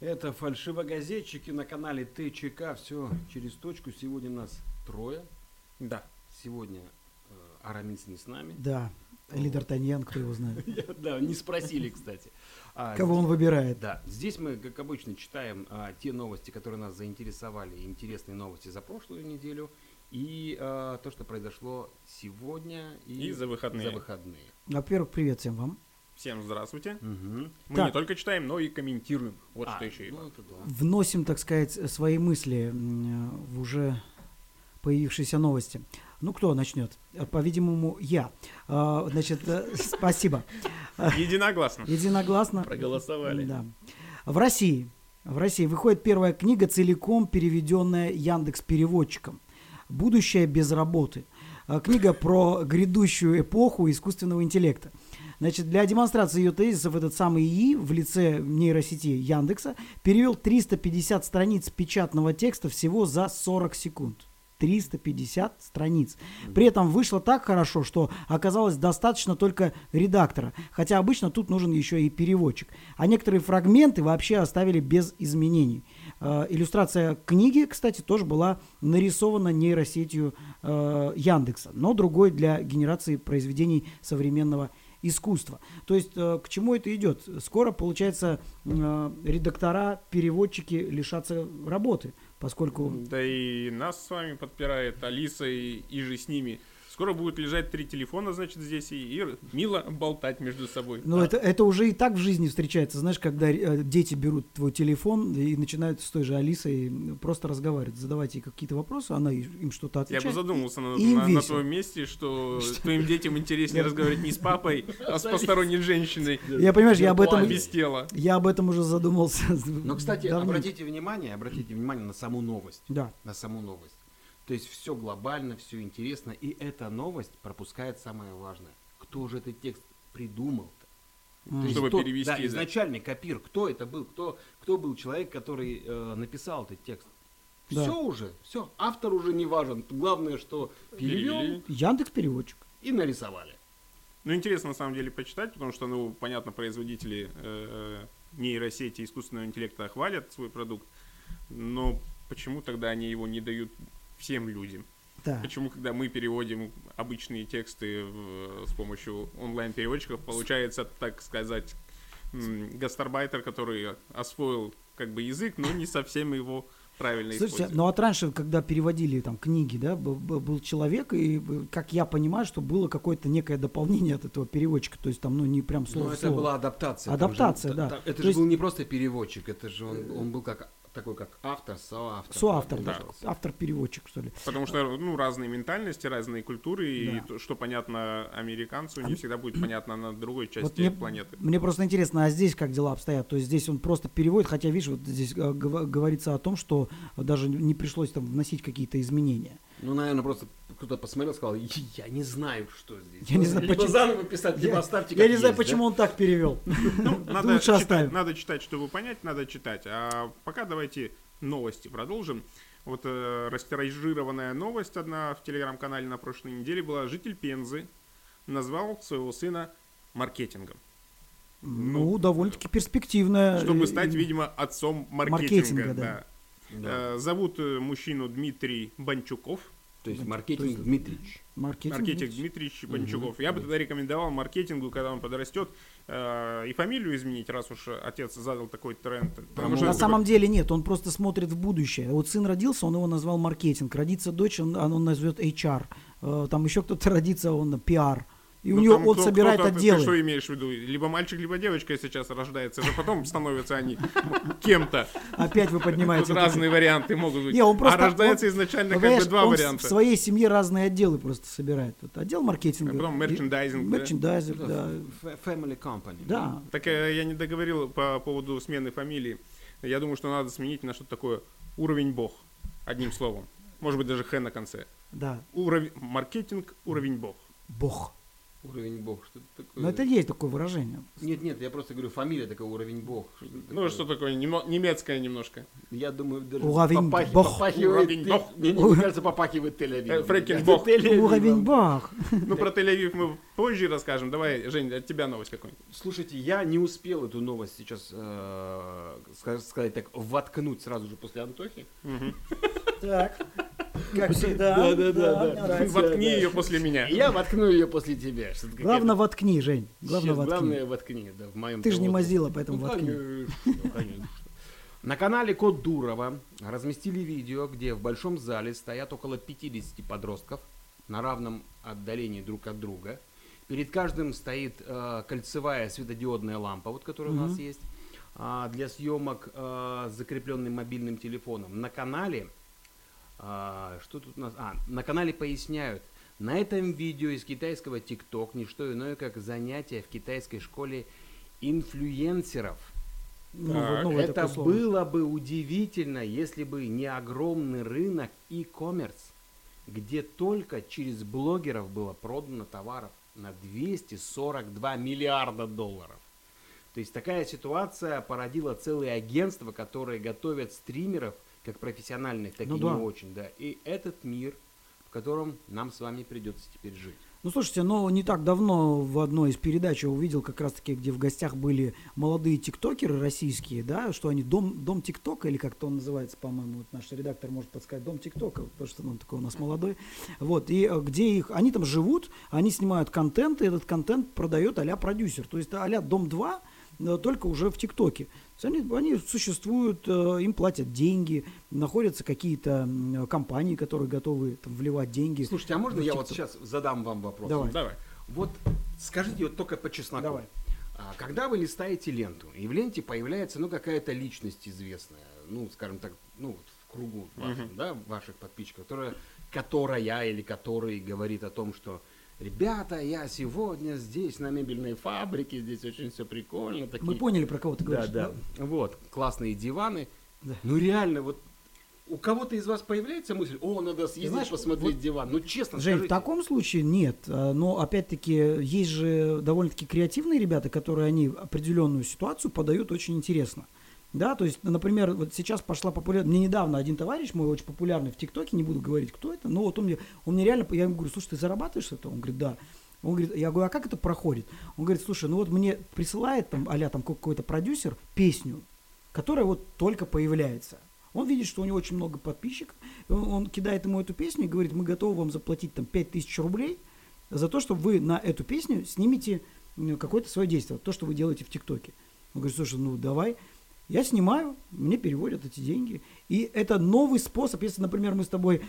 Это фальшивогазетчики на канале ТЧК. Все через точку. Сегодня нас трое. Да. Сегодня э, Арамис не с нами. Да. Или Д'Артаньян, кто его знает. Да, не спросили, кстати. А, Кого он выбирает. Да, здесь мы, как обычно, читаем а, те новости, которые нас заинтересовали, интересные новости за прошлую неделю и а, то, что произошло сегодня и, И за выходные. за выходные. Во-первых, привет всем вам. Всем здравствуйте. Мгм. Мы Так. не только читаем, но и комментируем. Вот А, что еще и ну, важно. это да. Вносим, так сказать, свои мысли м, в уже появившиеся новости. Ну, кто начнет? По-видимому, я. А, Значит, э, спасибо. Единогласно. Единогласно. Проголосовали. Да. В России. В России выходит первая книга, целиком переведенная Яндекс переводчиком. Будущее без работы. А, Книга про грядущую эпоху искусственного интеллекта. Значит, для демонстрации ее тезисов этот самый ИИ в лице нейросети Яндекса перевел 350 страниц печатного текста всего за 40 секунд. 350 страниц. При этом вышло так хорошо, что оказалось достаточно только редактора. Хотя обычно тут нужен еще и переводчик. А некоторые фрагменты вообще оставили без изменений. Э, иллюстрация книги, кстати, тоже была нарисована нейросетью э, Яндекса, но другой для генерации произведений современного искусства. То есть э, к чему это идет? Скоро, получается, э, редактора, переводчики лишатся работы, поскольку Да и нас с вами подпирает Алиса и, и же с ними. Скоро будут лежать три телефона, значит, здесь и, и мило болтать между собой. Ну, Да. это, это уже и так в жизни встречается, знаешь, когда э, дети берут твой телефон и начинают с той же Алисой м, просто разговаривать, задавать ей какие-то вопросы, она и- им что-то Я отвечает. бы задумался на, Им на- на весело. твоем месте, что твоим детям интереснее разговаривать не с папой, а с посторонней женщиной. Я, понимаешь, я об этом, Без тела. я об этом уже задумался. Но, Ну, кстати, давненько. обратите внимание, обратите внимание на саму новость. Да. на саму новость. То есть все глобально, все интересно, и эта новость пропускает самое важное. Кто же этот текст придумал-то? Ну, То есть Чтобы кто- перевести, Да, да. изначальный копир, кто это был, кто, кто был человек, который э, написал этот текст. Да. Все уже, все, автор уже не важен. Главное, что перевел Перевели. Яндекс переводчик. и нарисовали. Ну, интересно, на самом деле, почитать, потому что, ну, понятно, производители э, нейросети искусственного интеллекта хвалят свой продукт, но почему тогда они его не дают всем людям? Да. Почему, когда мы переводим обычные тексты в- э, с помощью онлайн-переводчиков, получается, так сказать, м, гастарбайтер, который освоил как бы язык, но не совсем его правильно Слушайте, использует. ну вот раньше, когда переводили там книги, да, б- б- был человек, и, б- как я понимаю, что было какое-то некое дополнение от этого переводчика, то есть там, ну, не прям слово Но в это слово. была адаптация. Адаптация, Там же- та- да. та- То это же есть- был не просто переводчик, это же он, он был как такой как автор, соавтор. Соавтор, Он да, назывался. автор-переводчик, что ли. Потому что, ну, разные ментальности, разные культуры, и Да. то, что понятно американцу, не всегда будет понятно на другой части Вот мне, планеты. мне просто интересно, а здесь как дела обстоят? То есть здесь он просто переводит, хотя, видишь, вот здесь э, гов- говорится о том, что даже не пришлось там вносить какие-то изменения. Ну, наверное, просто кто-то посмотрел, сказал, я не знаю, что здесь. Я не знаю, либо почему- заново писать, либо Я- оставьте Я как не знаю, есть, почему он так перевел. Ну, надо, Лучше читать, оставим. надо читать, чтобы понять, надо читать. А пока давайте новости продолжим. Вот э, растиражированная новость одна в телеграм-канале на прошлой неделе была. Житель Пензы назвал своего сына маркетингом. Ну, довольно-таки перспективная. Чтобы э, стать, э, видимо, отцом маркетинга. Маркетинга, да. да. да? Да. Э, Зовут э, мужчину Дмитрий Банчуков. То есть То маркетинг есть- Дмитрич. Маркетинг. Маркетинг Дмитрич Банчуков. Я бы тогда рекомендовал маркетингу, когда он подрастет, э, и фамилию изменить, раз уж э, отец задал такой тренд. Потому что А ну, На это самом деле нет, он просто смотрит в будущее. Вот сын родился, он его назвал маркетинг. Родится дочь, он, он назовет HR. Э, Там еще кто-то родится, он PR. И у Ну, него там он кто- собирает кто-то, ты отделы. что имеешь в виду? Либо мальчик, либо девочка сейчас рождается, а потом становятся они кем-то. Опять вы Тут поднимаете. вот эти- разные варианты могут быть. Не, он просто- а рождается он- изначально как Понимаешь, бы два он в- варианта. В своей семье разные отделы просто собирает. Вот отдел маркетинга. А потом и- мерчендайзинг, да? Мерчендайзер, да. Family company. Да. Так э, я не договорил по поводу смены фамилии. Я думаю, что надо сменить на что-то такое уровень бог. Одним словом. Может быть, даже х на конце. Да. Уровень, маркетинг, уровень бог. Бог. Уровень бог, что это такое? Но это есть такое выражение. Нет, нет, я просто говорю, фамилия такая, уровень бог. Что это Ну, такое? что такое, немо- немецкое немножко. Я думаю, даже Уровень попахи- бог. попахивает... Уровень бог. Мне не- мне кажется, попахивает Э, Тель-Авивом. фрекен Да, бог. Тель-Авивом. Уровень бах. Ну, про Тель-Авив мы позже расскажем. Давай, Жень, от тебя новость какой-нибудь. Слушайте, я не успел эту новость сейчас, э, ска- сказать так, воткнуть сразу же после Антохи. Так. Как всегда. Да-да-да-да. мне нравится. Воткни ее после меня. Я воткну ее после тебя. что-то какая-то- Главное, воткни, Жень. Главное, Сейчас воткни. главное воткни, да, в моем Ты же не мазила, поэтому воткни. конечно, ну, конечно. На канале Код Дурова разместили видео, где в большом зале стоят около 50 подростков на равном отдалении друг от друга. Перед каждым стоит э, кольцевая светодиодная лампа, вот которая у нас есть, а, для съемок э, с закрепленным мобильным телефоном. На канале а, что тут у нас? А, на канале поясняют. На этом видео из китайского TikTok не что иное, как занятие в китайской школе инфлюенсеров. Ну, Так, вот, ну, вот Это такое слово. было бы удивительно, если бы не огромный рынок e-commerce, где только через блогеров было продано товаров на 242 миллиарда долларов. То есть такая ситуация породила целые агентства, которые готовят стримеров, как профессиональных, так Ну и да. не очень, да. И этот мир, в котором нам с вами придется теперь жить. Ну, слушайте, но не так давно в одной из передач я увидел как раз-таки, где в гостях были молодые тиктокеры российские, да, что они дом, дом тиктока, или как-то он называется, по-моему, вот наш редактор может подсказать, дом тиктока, потому что он такой у нас молодой. Вот, и э, где их, они там живут, они снимают контент, и этот контент продает а-ля продюсер, то есть а-ля Дом-2, э, только уже в ТикТоке. То есть Они, они существуют, э, им платят деньги, находятся какие-то м, компании, которые готовы там, вливать деньги. Слушайте, а можно в я вот TikTok? сейчас задам вам вопрос? Давай. Давай. Вот скажите вот только по чесноку. Давай. А, Когда вы листаете ленту, и в ленте появляется, ну, какая-то личность известная, ну, скажем так, ну, вот в кругу вашем, да, ваших подписчиков, которая, которая или который говорит о том, что Ребята, я сегодня здесь, на мебельной фабрике, здесь очень все прикольно. Такие... Мы поняли, про кого ты Да, говоришь. да. Вот, классные диваны. Да. Ну реально, вот у кого-то из вас появляется мысль, о, надо съездить знаешь, посмотреть диван. Ну честно, Жень, в скажите. таком случае нет. А, Но опять-таки есть же довольно-таки креативные ребята, которые они определенную ситуацию подают очень интересно. Да, то есть, например, вот сейчас пошла популярность. Мне недавно один товарищ мой очень популярный в ТикТоке, не буду говорить, кто это, но вот он мне, он мне реально, я ему говорю, слушай, ты зарабатываешь это? Он говорит, да. Он говорит, я говорю, а как это проходит? Он говорит, слушай, ну вот мне присылает там, а там какой-то продюсер песню, которая вот только появляется. Он видит, что у него очень много подписчиков, и он, он кидает ему эту песню и говорит, мы готовы вам заплатить там 5000 рублей за то, чтобы вы на эту песню снимете м, какое-то свое действие, то, что вы делаете в ТикТоке. Он говорит, слушай, ну давай. Я снимаю, мне переводят эти деньги. И это новый способ. Если, например, мы с тобой э,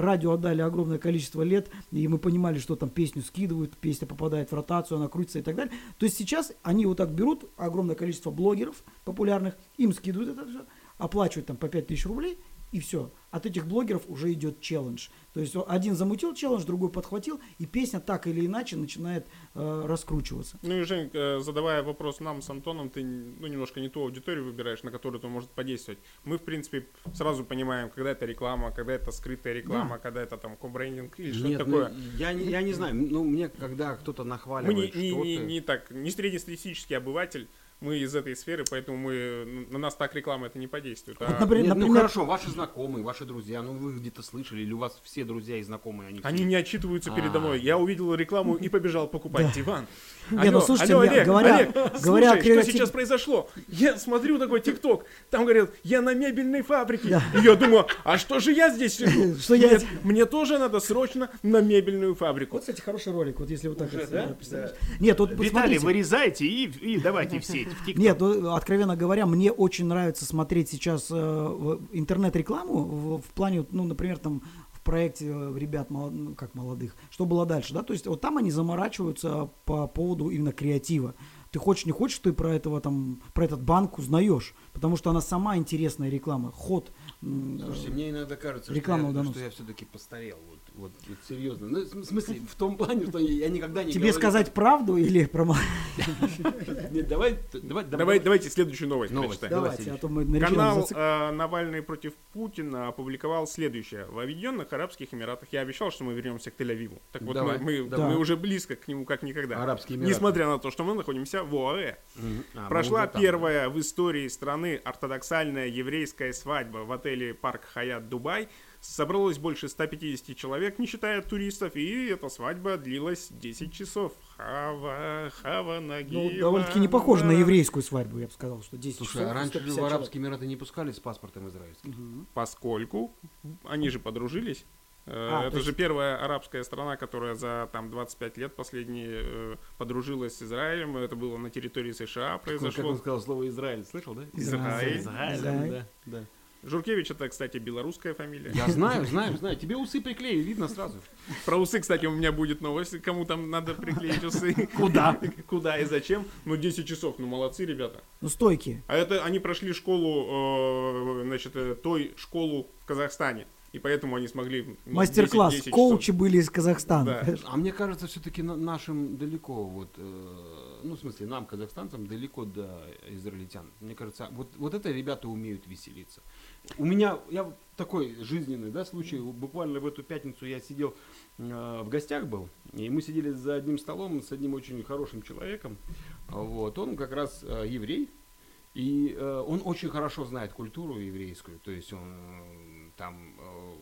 радио отдали огромное количество лет, и мы понимали, что там песню скидывают, песня попадает в ротацию, она крутится и так далее. То есть сейчас они вот так берут огромное количество блогеров популярных, им скидывают это все, оплачивают там по 5000 рублей, и все. От этих блогеров уже идет челлендж. То есть о- один замутил челлендж, другой подхватил, и песня так или иначе начинает э, раскручиваться. Ну и, Жень, э, задавая вопрос нам с Антоном, ты ну, немножко не ту аудиторию выбираешь, на которую ты может подействовать. Мы, в принципе, сразу понимаем, когда это реклама, когда это скрытая реклама, когда это там комбрендинг или что-то Нет, ну, такое. я, не- я не знаю. Ну, мне когда кто-то Мы не, нахваливает не- что-то... не- не так, не среднестатистический обыватель, мы из этой сферы, поэтому мы, ну, на нас так реклама это не подействует. А Вот, например, Нет, ну хорошо, ваши знакомые, ваши друзья, ну вы их где-то слышали, или у вас все друзья и знакомые, они... Они все- не отчитываются передо мной. А. Я увидел рекламу и побежал покупать диван. Не, ну, слушайте, алло, мне- Олег, говоря- Олег, говоря о слушай, что креатив- сейчас произошло? Я смотрю такой ТикТок, там говорят, я на мебельной фабрике. И я думаю, а что же я здесь сижу? Что я- Нет, Мне тоже надо срочно на мебельную фабрику. Вот, кстати, хороший ролик, вот если вот так Уже, вот, да? да, представляешь. Нет, вот Виталий, посмотрите. вырезайте и, и давайте в сеть. в TikTok. Нет, ну, откровенно говоря, мне очень нравится смотреть сейчас э, в- интернет-рекламу в, в плане, ну, например, там в проекте э, ребят, мало- ну, как молодых, что было дальше, да, то есть вот там они заморачиваются по поводу именно креатива. Ты хочешь, не хочешь, ты про этого там, про этот банк узнаешь, потому что она сама интересная реклама, ход. м, Слушайте, мне иногда кажется, Рекламного что я, доноса. что я все-таки постарел. Вот, вот, вот серьезно. Ну, в смысле, в том плане, что я никогда не э, Тебе говорил- сказать правду или промолчать? Нет, давай, давай, Давай, давайте следующую новость, Новость. прочитаем. Давайте, Давайте, а то мы на рекламу Канал зацик- э, Навальный против Путина опубликовал следующее. В Объединенных Арабских Эмиратах я обещал, что мы вернемся к Тель-Авиву. Так вот, Давай. мы, мы- Да. мы уже близко к нему, как никогда. Арабские Эмираты. Несмотря на то, что мы находимся в ОАЭ. Мгм. А, мы Прошла уже там. первая в истории страны ортодоксальная еврейская свадьба в отеле «Парк Хаят Дубай». Собралось больше 150 человек, не считая туристов, и эта свадьба длилась 10 часов. Хава, хава, ноги. Ну, довольно-таки не похоже на еврейскую свадьбу, я бы сказал, что 10 Слушай, часов а и раньше 150 же в человек. Арабские Эмираты не пускали с паспортом израильским. Поскольку они же подружились. Э, А, Это то есть- же первая арабская страна, которая за там 25 лет последние э, подружилась с Израилем. Это было на территории Как США он произошло. сказал слово Израиль, слышал, да? Израиль. Израиль. Да, да. Журкевич это, кстати, белорусская фамилия. Я знаю, знаю, знаю. Тебе усы приклеили, видно сразу. Про усы, кстати, у меня будет новость. Кому там надо приклеить усы? Куда? Куда и зачем? Ну, 10 часов. Ну, молодцы, ребята. Ну, стойки. А это они прошли школу, э, значит, э, той школу в Казахстане. И поэтому они смогли... ну, Мастер-класс. 10 часов. Коучи были из Казахстана. Да. А мне кажется, все-таки нашим далеко, вот, э, ну, в смысле, нам, казахстанцам, далеко до израильтян. Мне кажется, вот, вот это ребята умеют веселиться. У меня, я вот такой жизненный, да, случай, буквально в эту пятницу я сидел, э, в гостях был, и мы сидели за одним столом с одним очень хорошим человеком, вот, он как раз э, еврей, и э, он очень хорошо знает культуру еврейскую, то есть он э, там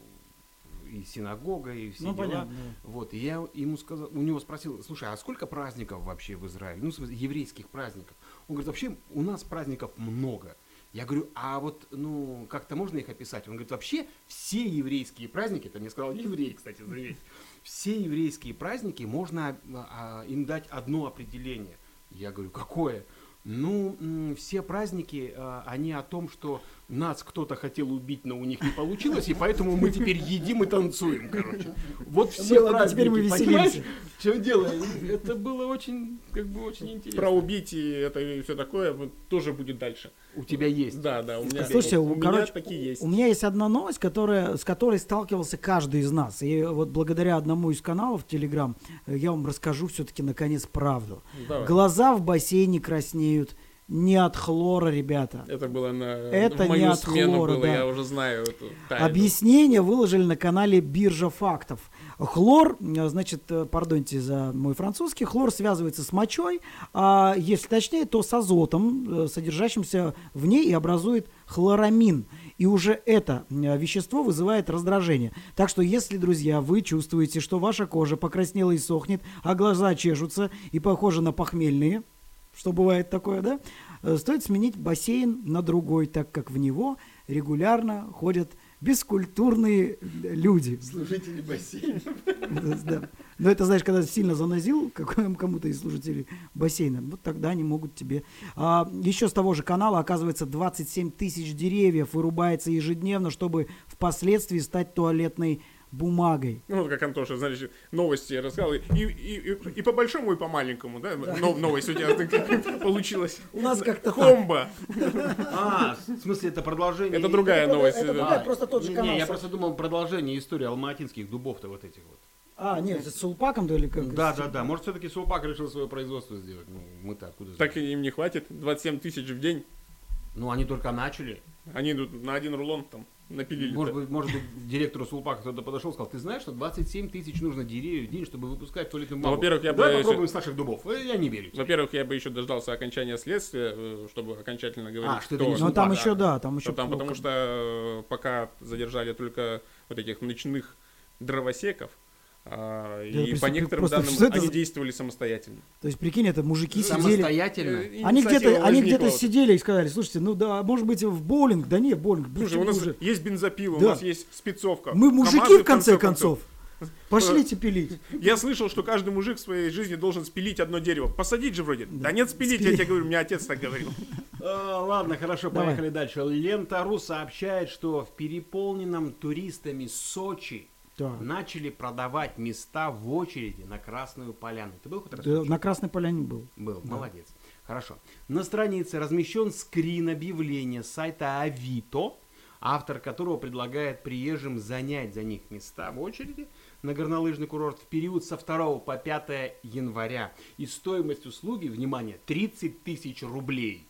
э, и синагога, и все Ну, дела. понятно, да. Вот, и я ему сказал, у него спросил, слушай, а сколько праздников вообще в Израиле? Ну, в смысле, еврейских праздников. Он говорит, вообще у нас праздников много. Я говорю, а вот, ну, как-то можно их описать? Он говорит, вообще все еврейские праздники, это мне сказал еврей, кстати, заметь, все еврейские праздники можно а, а, им дать одно определение. Я говорю, какое? Ну, м, все праздники, а, они о том, что нас кто-то хотел убить, но у них не получилось, и поэтому мы теперь едим и танцуем, короче. Вот все Было бы, праздники, теперь мы понимаешь, веселимся. в чем дело? Это было очень, как бы, очень интересно. Про убитие это и все такое вот, тоже будет дальше. У тебя есть. Да, да, у меня, Слушайте, у у- меня короче, такие есть. У меня есть одна новость, которая, с которой сталкивался каждый из нас. И вот благодаря одному из каналов Telegram э, я вам расскажу все-таки наконец правду. Давай. Глаза в бассейне краснеют не от хлора, ребята. Это было на Это в не мою от смену хлора, было, да. я уже знаю эту тайну. Объяснение выложили на канале Биржа фактов. Хлор, э, значит, э, пардоньте за мой французский, хлор связывается с мочой, а если точнее, то с азотом, э, содержащимся в ней, и образует хлорамин. И уже это э, вещество вызывает раздражение. Так что, если, друзья, вы чувствуете, что ваша кожа покраснела и сохнет, а глаза чешутся и похожи на похмельные, что бывает такое, да, э, стоит сменить бассейн на другой, так как в него регулярно ходят бескультурные э, люди. Служители бассейна. Да. Но это, знаешь, когда сильно занозил какому- кому-то из служителей бассейна, вот тогда они могут тебе... А, еще с того же канала, оказывается, 27 тысяч деревьев вырубается ежедневно, чтобы впоследствии стать туалетной бумагой. Ну, вот как Антоша, значит, новости рассказал. И, и- и- и по большому, и по маленькому, да? Но- новость у тебя так получилась. У нас как-то так. Комбо. А, в смысле, это продолжение. Это другая Это- новость. это да. другая, просто тот же Не, канал. я просто думал продолжение истории алматинских дубов-то вот этих вот. А, нет, с Улпаком, да, или как? Да, да, да. Может, все-таки Сулпак решил свое производство сделать. Ну, мы-то откуда Так знаем? и им не хватит. 27 тысяч в день. Ну, они только начали. Они тут на один рулон там напилили. Может быть, может быть, директору Сулпака кто-то подошел и сказал, ты знаешь, что 27 тысяч нужно деревьев в день, чтобы выпускать туалетную Ну, бумагу? во-первых, я Давай бы- попробуем с наших дубов. Э, Я не верю. тебе. Во-первых, я бы еще дождался окончания следствия, э, чтобы окончательно говорить, что это не Ну, там Улпак, еще, да, там еще... Что там, потому плохо. что э, пока задержали только вот этих ночных дровосеков, а, Я и просто- по некоторым просто данным что это они за- действовали самостоятельно. То есть, прикинь, это Ну, мужики сидели... Самостоятельно. Э, Они инициатива где-то, они возникла где-то вот. сидели и сказали, слушайте, ну да, может быть в боулинг, да не, боулинг, Слушай, почему у нас же? есть бензопила, у Да. нас есть спецовка. мы КамАЗы, мужики в конце концов. Пошлите пилить. Я слышал, что каждый мужик в своей жизни должен спилить одно дерево. Посадить же вроде. Да, нет, спилить, я Спилить. тебе говорю, мне отец так говорил. А, Ладно, хорошо, Давай. поехали дальше. Лента.ру сообщает, что в переполненном туристами Сочи Так. начали продавать места в очереди на Красную Поляну. Ты был хоть раз? в Да, Сочи? на Красной Поляне был. Был, молодец. Хорошо. На странице размещен скрин объявления сайта Авито, автор которого предлагает приезжим занять за них места в очереди на горнолыжный курорт в период со 2 по 5 января. И стоимость услуги, внимание, 30 тысяч рублей.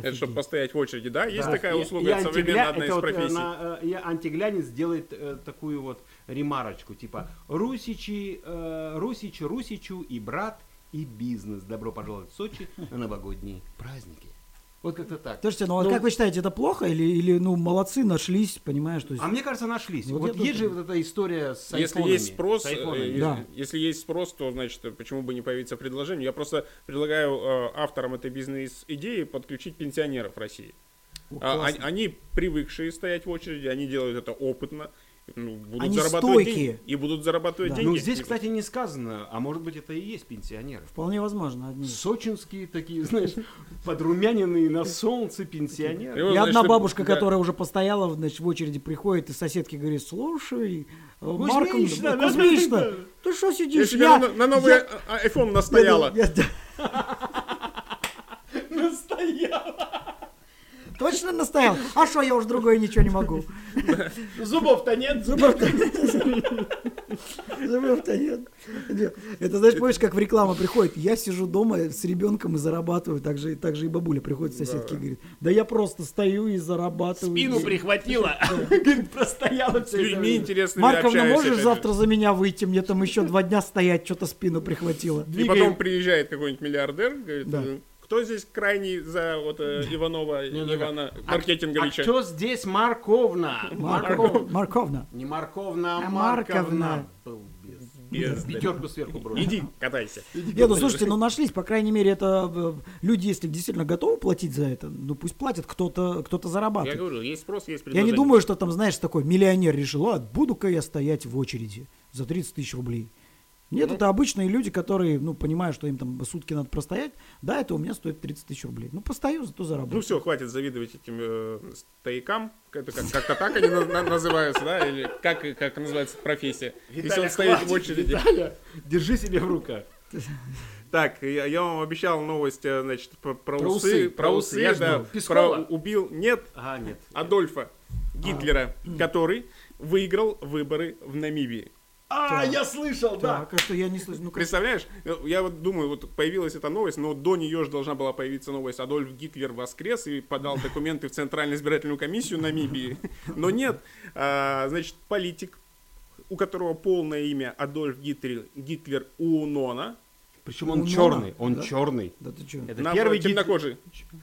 Это чтобы постоять в очереди, да? Есть Да. такая И- и услуга, это антигля- современная одна это из вот, э, профессий. на, э, и антиглянец делает э, такую вот ремарочку, типа «Русичи, э, Русич, Русичу и брат, и бизнес. Добро пожаловать в Сочи на новогодние праздники». Вот как-то так. Слушайте, ну, вот Ну, как вы считаете, это плохо или, или ну, молодцы, нашлись, понимаешь? То есть... А мне кажется, нашлись. Вот Вот, я тоже есть же вот эта история с Если айфонами, есть с спрос, э, айфонами. если, Да. если есть спрос, то значит э, почему бы не появиться предложение? Я просто предлагаю э, авторам этой бизнес-идеи подключить пенсионеров России. О, А, классно. они, они привыкшие стоять в очереди, они делают это опытно, ну, будут Они зарабатывать стойкие. деньги и будут зарабатывать Да. деньги. типа. Ну, здесь, кстати, не сказано, а может быть, это и есть пенсионеры. Вполне возможно, одни. из. Сочинские такие, знаешь, подрумяненные на солнце И пенсионеры. вот, И значит, одна бабушка, да. которая уже постояла значит, в очереди, приходит, и соседки говорит, слушай, э, Кузьминична, Марком, да, да, Кузьминична, да. ты что сидишь? Если Я- она на, на новый я- а- а- iPhone настояла. я- я- Настоял. Точно настоял? А что, я уже другое ничего не могу. Э, Зубов-то нет. Зубов-то Зубов-то нет. Нет. Это, знаешь, помнишь, как в реклама приходит, я сижу дома с ребенком и зарабатываю, так же, так же и бабуля приходит соседки и говорит, да я просто стою и зарабатываю. Спину прихватило. Говорит, простояла С людьми интересными Марковна, общаешься, можешь опять завтра за меня выйти? Мне там еще два дня стоять, что-то спину прихватило. же. И потом приезжает какой-нибудь миллиардер, говорит, Да. э, кто здесь крайний за вот э, Иванова, Не, ну-ка. Ивана А Маркетинговича? кто здесь морковна? Марков- Марковна. Не морковна, а А морковна. морковна. Балбес. Без- Пятерку сверху бросил. Иди, катайся. Нет, ну слушайте, ну нашлись, по крайней мере, это э, люди, если действительно готовы платить за это, ну пусть платят, кто-то кто Я зарабатывает. говорю, есть спрос, есть Я предложение. не думаю, что там, знаешь, такой миллионер решил, а, буду-ка я стоять в очереди за 30 тысяч рублей. Нет, Ну. это обычные люди, которые, ну, понимают, что им там сутки надо простоять. Да, это у меня стоит 30 тысяч рублей. Ну, постою, зато Ну заработаю. все, хватит завидовать этим э, стоякам. Это как- как-то так они на- на- называются, да? Или как, как называется профессия? Если он стоит в очереди. Виталя, держи себе в руках. Так, я, я вам обещал новость, э, значит, про, про Про усы. усы, про усы, я да, жду. Пескова? про убил, нет, А, нет. А. Адольфа Гитлера, который выиграл выборы в Намибии. А, я слышал, да. Так, а что я не слышу? Ну, как- Представляешь, Э, я вот думаю, вот появилась эта новость, но до нее же должна была появиться новость. Адольф Гитлер воскрес и подал документы в Центральную избирательную комиссию Намибии. Но нет, А, значит, политик, у которого полное имя Адольф Гитлер, Гитлер Унона, Причем он Ну, черный, да. он Да. черный. Да ты чё? Это на первый гид... темнокожий.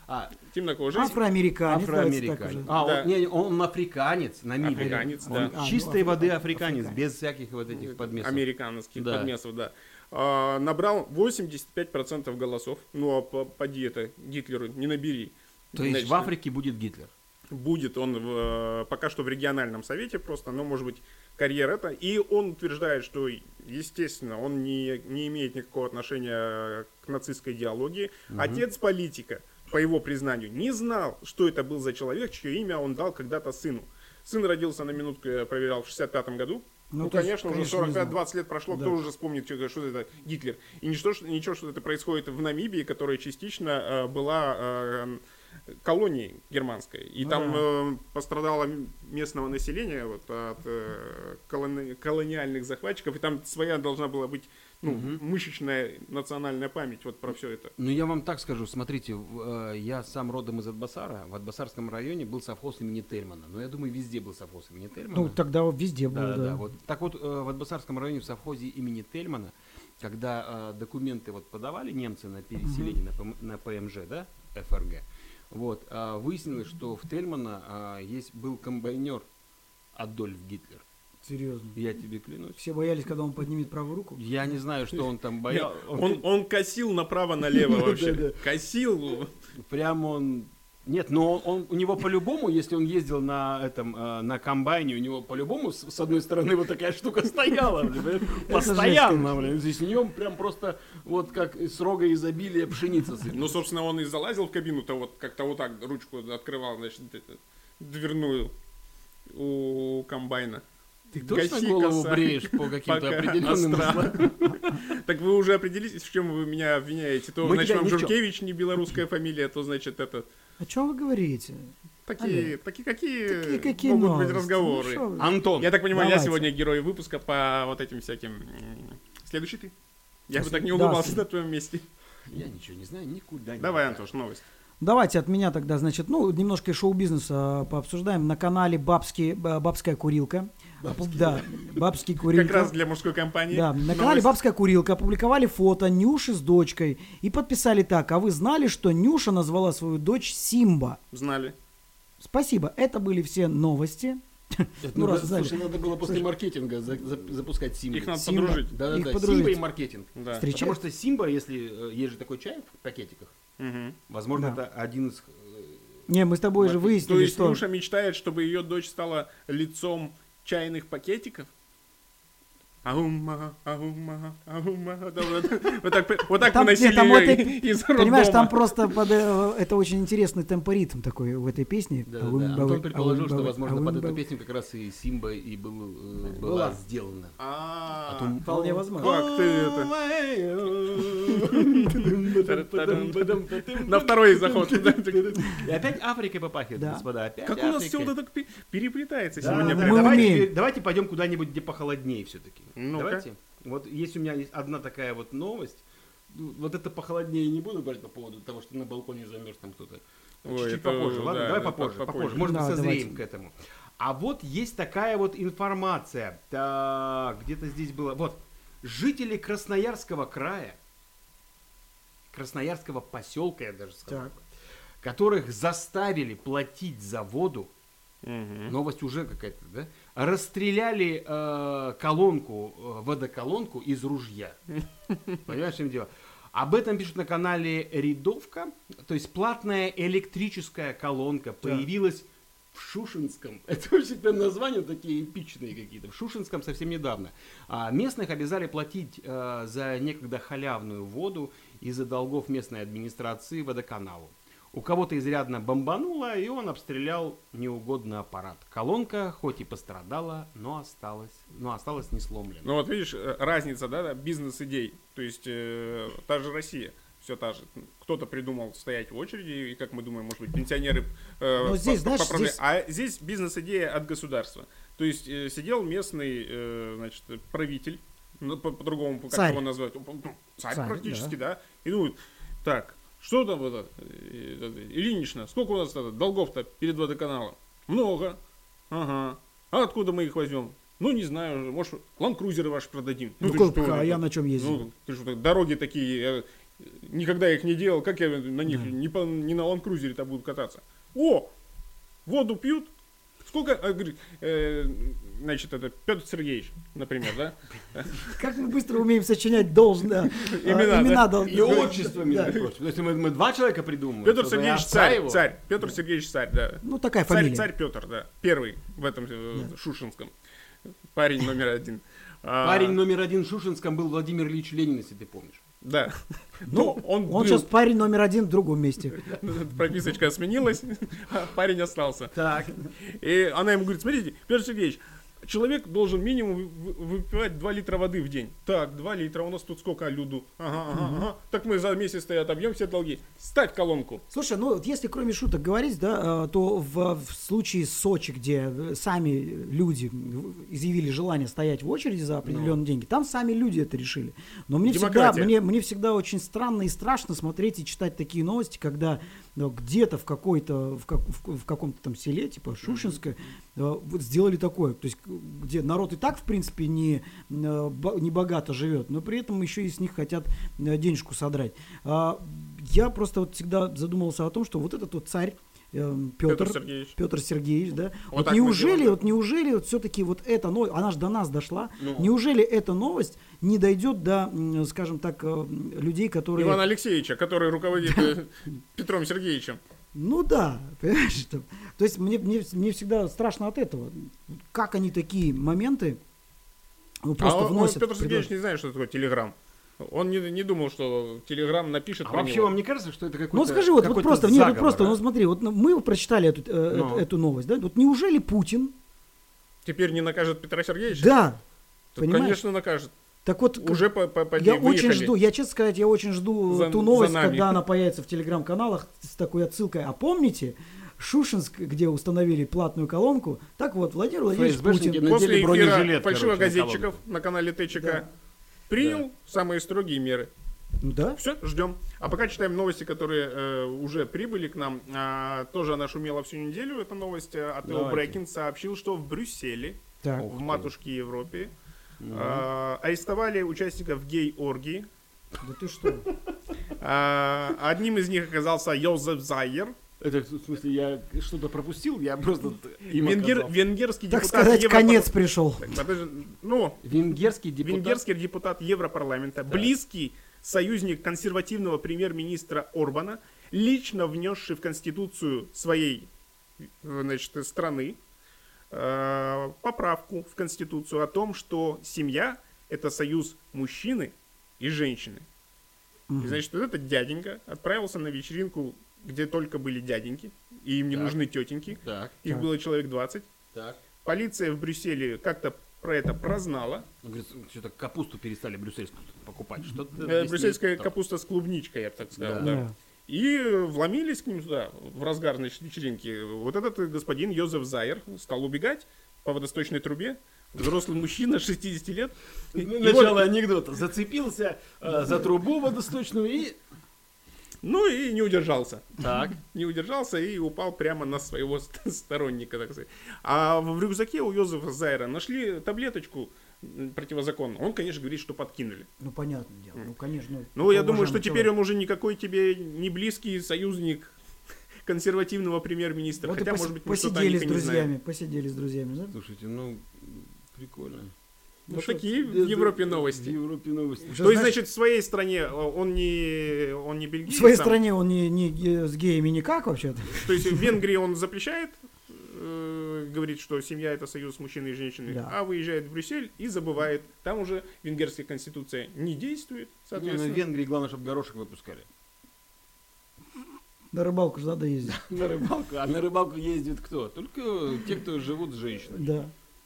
а, Темнокожий. Афроамериканец. давайте так афроамериканец. уже. А, Да. он, не, он африканец, намибер. Африканец, Он да. А, ну, чистой воды африка- африканец, африканец. без всяких вот этих подмесов. американских Да. подмесов, да. А, набрал 85% голосов. Ну, а по- поди это Гитлеру не набери. То есть Значит, в Африке будет Гитлер. Будет он в, э, пока что в региональном совете просто, но, может быть, карьера это. И он утверждает, что, естественно, он не, не имеет никакого отношения к нацистской идеологии. Отец политика, по его признанию, не знал, что это был за человек, чье имя он дал когда-то сыну. Сын родился на минутку, я проверял, в 65-м году. Ну, Ну, то есть, конечно, конечно, не уже знал. 45-20 лет прошло, Да. кто уже вспомнит, что, что это Гитлер. И ничто, что, ничего, что это происходит в Намибии, которая частично э, была э, колонией германской. И Ну там да. э, пострадало м- местного населения вот, от э, колони- колониальных захватчиков. И там своя должна была быть ну, мышечная национальная память вот про все это. Ну, я вам так скажу, смотрите, в- э, я сам родом из Атбасара, в Атбасарском районе был совхоз имени Тельмана, но я думаю, везде был совхоз имени Тельмана. Ну, тогда везде да, было, да, да. да. Вот. Так вот, э, в Атбасарском районе в совхозе имени Тельмана, когда э, документы вот подавали немцы на переселение на ПМ на ПМЖ, да, ФРГ, вот, а выяснилось, что в Тельмана а, есть был комбайнер Адольф Гитлер. Серьезно. Я тебе клянусь. Все боялись, когда он поднимет правую руку. Я не знаю, что он там боялся. Он, он косил направо-налево вообще. Косил. Прям он... Нет, но он, он- у него по-любому, если он ездил на этом э, на комбайне, у него по-любому с, с одной стороны вот такая штука стояла, блин, понимаешь? постоянно, блин. Здесь в нем прям просто вот как с рога изобилия пшеница сыпется. Ну, собственно, он и залазил в кабину-то вот как-то вот так ручку открывал, значит, это, дверную у комбайна. Ты точно Гаси голову коса. бреешь по каким-то Пока определенным остра. словам? Так вы уже определились, в чем вы меня обвиняете. То, Мы значит, тебя вам ни в чем. Журкевич не белорусская фамилия, то, значит, это... О чем вы говорите? Такие, такие какие, Какие, какие Э, могут новости? быть Ну разговоры. что вы? Антон, Я так понимаю, Давайте. я сегодня герой выпуска по вот этим всяким... м, Следующий ты. Я бы так не Да, улыбался Сань. на твоем месте. я ничего не знаю, никуда не Давай, летаю. Антош, новость. Давайте от меня тогда, значит, ну, немножко шоу-бизнеса а, пообсуждаем. На канале Бабский, Ба- «Бабская курилка». Да, «Бабский курилка». Как раз для мужской компании. Да, на новость. канале «Бабская курилка» опубликовали фото Нюши с дочкой и подписали так. А вы знали, что Нюша назвала свою дочь Симба? Знали. Спасибо. Это были все новости. Это Ну, надо- раз знали. Слушай, надо было после маркетинга за- за- запускать Симбы. Их надо Симба. подружить. Да, Их да, да. подружить. Симба и маркетинг. Да. Встреча. Потому что Симба, если э, есть же такой чай в пакетиках, Мгм. возможно, Да. это один из. Не, мы с тобой же выяснили, То есть что... Нюша мечтает, чтобы ее дочь стала лицом чайных пакетиков? Аума, аума, аума. Да, вот, вот так, пы- вот так Там- выносили нет, там её вот и- из Понимаешь, роддома. там просто под, э, это очень интересный темпоритм такой в этой песне. А Да, Ауым, да, да. бауым, Антон предположил, ауым, что, бауым, возможно, ауым, под эту бауым. песню как раз и Симба и был, э, Была. а была сделана. А, А то- Вполне возможно. Как ты это? На второй заход. И опять Африкой попахивает, Да. господа. Опять Как у нас Африкой. все вот это так пе- переплетается Да, сегодня. да, прям. Мы давайте, умеем. теперь- давайте пойдем куда-нибудь, где похолоднее все-таки. Ну-ка. давайте. Вот есть у меня есть одна такая вот новость. Ну, Вот это похолоднее не буду говорить по поводу того, что на балконе замерз там кто-то. Ой, Чуть-чуть это, попозже. Ладно, да, давай это попозже, попозже. попозже. Может, Да, созреем давайте. к этому. А вот есть такая вот информация. Так, где-то здесь было. Вот. Жители Красноярского края, Красноярского поселка, я даже сказал, Так. которых заставили платить за воду, Мгм. Новость уже какая-то, да? Расстреляли э, колонку, э, водоколонку из ружья. Понимаешь, в чем дело? Об этом пишут на канале Рядовка. То есть платная электрическая колонка появилась в Шушинском. Это вообще прям названия такие эпичные какие-то. В Шушинском совсем недавно. А местных обязали платить э, за некогда халявную воду из-за долгов местной администрации водоканалу. У кого-то изрядно бомбануло, и он обстрелял неугодный аппарат. Колонка, хоть и пострадала, но осталась, но осталась не сломлена. Ну вот видишь, э, разница, да, да, бизнес-идей. То есть э, та же Россия, все та же. Кто-то придумал стоять в очереди, и как мы думаем, может быть, пенсионеры э, Но Ну, здесь, знаешь, поправля- здесь- А здесь бизнес-идея от государства. То есть э, сидел местный, э, значит, правитель, ну, по- по-другому, как Царь. его назвать, Ну, ну, царь, Царь, практически, да. и думает, так, что там это, э, это, Ильинична, сколько у нас это, долгов-то перед водоканалом? Много. Ага. А откуда мы их возьмем? Ну, не знаю, может, ландкрузеры ваши продадим. Ну, ты как, что, а ну, я на чем ездил? ну, ты что, дороги такие, я никогда их не делал, как я на них, не, по- не на ландкрузере-то буду кататься. О, воду пьют, Сколько, а, говорит, э, значит, это Петр Сергеевич, например, да? Как мы быстро умеем сочинять должно, э, Имена, да? дол- И отчество, Да. между прочим. То есть мы, мы два человека придумываем. Петр что-то Сергеевич я царь, отстаиваю. царь, Петр Сергеевич царь, да. Ну, такая Царь, фамилия. царь Петр, да. Первый в этом э, Шушинском. Парень номер один. А, Парень номер один в Шушинском был Владимир Ильич Ленин, если ты помнишь. Да. Ну, Ну, он был. Он сейчас парень номер один в другом месте. Прописочка сменилась, а парень остался. Так. И она ему говорит, смотрите, Петр Сергеевич, человек должен минимум вы- вы- выпивать 2 литра воды в день. Так, 2 литра, у нас тут сколько люду? Ага, ага, ага. Так мы за месяц-то и отобьем все долги. Ставь колонку. Слушай, ну вот если кроме шуток говорить, да, э, то в, в случае Сочи, где э, сами люди в- изъявили желание стоять в очереди за определенные деньги, там сами люди это решили. Но мне всегда, Ну. Демократия. мне, мне всегда очень странно и страшно смотреть и читать такие новости, когда ну, где-то в какой-то, в, как- в- в каком-то там селе, типа Шушинское, э, вот сделали такое, то есть к- где народ и так, в принципе, не, э, бо- не богато живет, но при этом еще и с них хотят э, денежку содрать. А, Я просто вот всегда задумывался о том, что вот этот вот царь Петр, Петр Сергеевич. Петр Сергеевич, да. Вот Вот, так мы неужели, делаем. вот неужели вот все-таки вот эта новость, она же до нас дошла, Ну. неужели эта новость не дойдет до, м, скажем так, э, м, людей, которые... Ивана Алексеевича, который руководит э, Петром Сергеевичем. Ну да, понимаешь, там. то есть мне, мне, мне всегда страшно от этого. Как они такие моменты ну, просто а он- он, вносят. Петр придумывают. Сергеевич не знает, что такое телеграм. Он не, не думал, что телеграм напишет А про вообще него. вам не кажется, что это какой-то Ну скажи, вот, вот какой-то просто, нет, вот ну, заговор, просто, а? ну смотри, вот ну, мы прочитали эту, э, Ну. эту новость, да, вот неужели Путин Теперь не накажет Петра Сергеевича? Да, Тут, понимаешь? конечно, накажет. так вот... к- Уже по, по, по я ней очень выехали. жду, я, честно сказать, я очень жду За- ту новость, за нами. когда она появится в телеграм-каналах с такой отсылкой. А помните, Шушинск, где установили платную колонку, так вот, Владимир Владимирович ФСБшники Путин... на- После Надели эфира бронежилет, фальшивогазетчиков на канале ТЧК Да. принял самые строгие меры. Ну Да? Все, ждем. А пока читаем новости, которые э, уже прибыли к нам. А, тоже она шумела всю неделю, эта новость. Э, От Эл Давайте. Брекин сообщил, что в Брюсселе, Так. Ух в ты. Ну. матушке Европе, э, арестовали участников гей-оргии. Да ты что? А, одним из них оказался Йозеф Зайер, Это, в смысле, я что-то пропустил, я просто им венгер- оказался. венгерский Так депутат сказать, Европар- конец пришел. Так, подожди, ну, Венгерский депутат. Венгерский депутат Европарламента, близкий союзник консервативного премьер-министра Орбана, лично внесший в Конституцию своей э, значит, страны э, поправку в Конституцию о том, что семья – это союз мужчины и женщины. И, значит, вот этот дяденька отправился на вечеринку, где только были дяденьки, и им не Так. нужны тетеньки. Так, Их Так. было человек 20. так. Полиция в Брюсселе как-то про это прознала. Он говорит, что-то капусту перестали брюссельскую покупать. Что Э, Брюссельская капуста с клубничкой, я бы так сказал. да. Да. И э, вломились к ним сюда в разгар значит, вечеринки. Вот этот э, господин Йозеф Зайер стал убегать по водосточной трубе. Взрослый мужчина 60 лет. И вот- Ну, Начало анекдота. Зацепился э, за трубу водосточную и... ну и не удержался. Так. Не удержался и упал прямо на своего ст- сторонника, так сказать. А в в рюкзаке у Йозефа Зайера нашли таблеточку м, противозаконную. Он, конечно, говорит, что подкинули. Ну, понятное дело. Ну, конечно. Ну, я думаю, что уважаемый теперь человек. он уже никакой тебе не близкий союзник консервативного премьер-министра. Вот и Хотя, пос- может быть, мы что-то о посидели них с и не знаем. друзьями, посидели с друзьями. знаешь? Слушайте, ну, прикольно. Ну, Вот Ну, такие в Европе новости. В Европе новости. Уже То есть, знаешь, значит, в своей стране э, он не, он не в бельгиец. своей сам. стране он не, не ге- с геями никак вообще-то. То есть в Венгрии он запрещает, э, говорит, что семья это союз мужчины и женщины, Да. а выезжает в Брюссель и забывает. Там уже венгерская конституция не действует, Не, ну, в соответственно. Венгрии главное, чтобы горошек выпускали. На рыбалку же надо ездить. На рыбалку. А на рыбалку ездит кто? Только те, кто живут с женщинами. Да.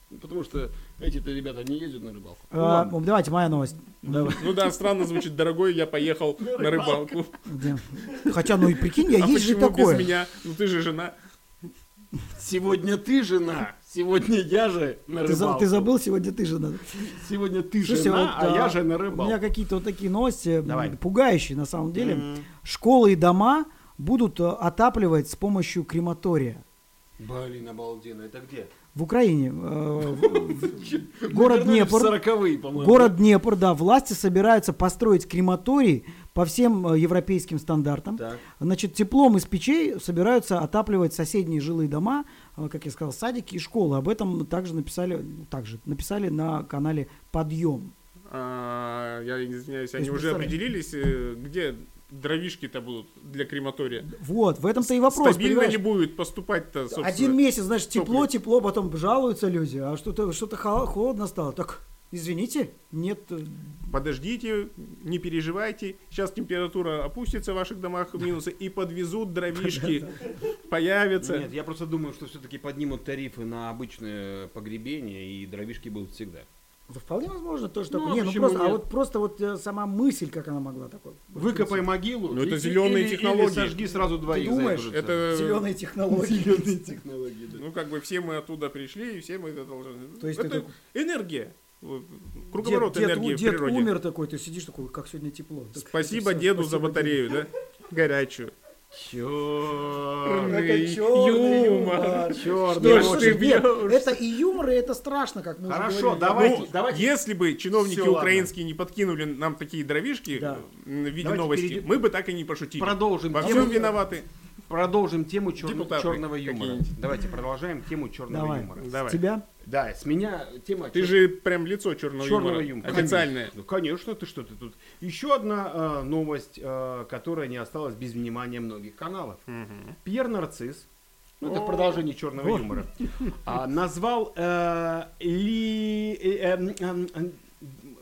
Ну, Потому что эти-то ребята не ездят на рыбалку. Ну, А, ладно. Давайте моя новость. Давай. Ну да, странно звучит, дорогой, я поехал на рыбалку. Да. Хотя, ну и прикинь, я а есть же почему без такое. меня? Ну ты же жена. Сегодня ты жена, сегодня я же на Ты, за- рыбалку. ты забыл, сегодня ты же надо. Сегодня ты Слушайте, жена, вот, а да, я же на У меня рыбалку. какие-то вот такие новости м, Давай. пугающие на самом деле. Школы и дома будут э, отапливать с помощью крематория. Блин, обалденно. Это где? В Украине. э, в- в- Город Днепр. Сороковые, по-моему. Город Днепр, да, власти собираются построить крематорий по всем э, европейским стандартам. Так. Значит, теплом из печей собираются отапливать соседние жилые дома, э, как я сказал, садики и школы. Об этом также написали, ну, также написали на канале Подъем. А, я извиняюсь, То они есть уже представляешь? определились, э, где дровишки-то будут для крематория. Вот, в этом-то и вопрос. Стабильно понимаешь? не будет поступать-то, собственно. Один месяц, значит, тепло, Топливо. тепло, потом жалуются люди, а что-то что-то хо- холодно стало. Так, извините, нет. э, Подождите, не переживайте. Сейчас температура опустится в ваших домах в минусы и подвезут дровишки. Появятся. Нет, я просто думаю, что все-таки поднимут тарифы на обычное погребение, и дровишки будут всегда. Да вполне возможно то, что Ну, такое. а Не, ну почему просто, а нет? вот просто вот э, сама мысль, как она могла такой. Выкопай могилу. Ну, это и- зеленые или- или технологии. сожги сразу двоих. за думаешь, эту же цену. Это, Зеленые технологии. зеленые технологии, да. ну, как бы все мы оттуда пришли, и все мы это должны... То есть ты это такой- энергия. Вот, Дед, Круговорот дед энергии у- в дед природе. умер такой, ты сидишь такой, как сегодня тепло. Так, это Спасибо всё, деду за спасибо батарею, да? Горячую. Чёрт. деду. Ой, Какой чёрный юмор. Чёрт. Что ж Слушай, ты нет, бьёшь? Это и юмор, и это страшно, как мы уже Хорошо, говорили. давайте, Ну, давайте. Если бы чиновники Всё, ладно. украинские не подкинули нам такие дровишки Да. м, в виде Давайте новости, перейдем. мы бы так и не пошутили. Продолжим Во всем тему, виноваты. продолжим тему чёр- Депутаты черного юмора. какие-нибудь. Давайте продолжаем тему черного Давай. юмора. Давай. С тебя? Да, с меня тема Ты чёр- же прям лицо черного, черного юмора. юмора. Официальное. Конечно. Ну, конечно, ты что ты тут. Еще одна э, новость, э, которая не осталась без внимания многих каналов. Пьер Нарцисс, ну, это продолжение черного юмора, а, назвал э, ли... э, эм, эм, эм,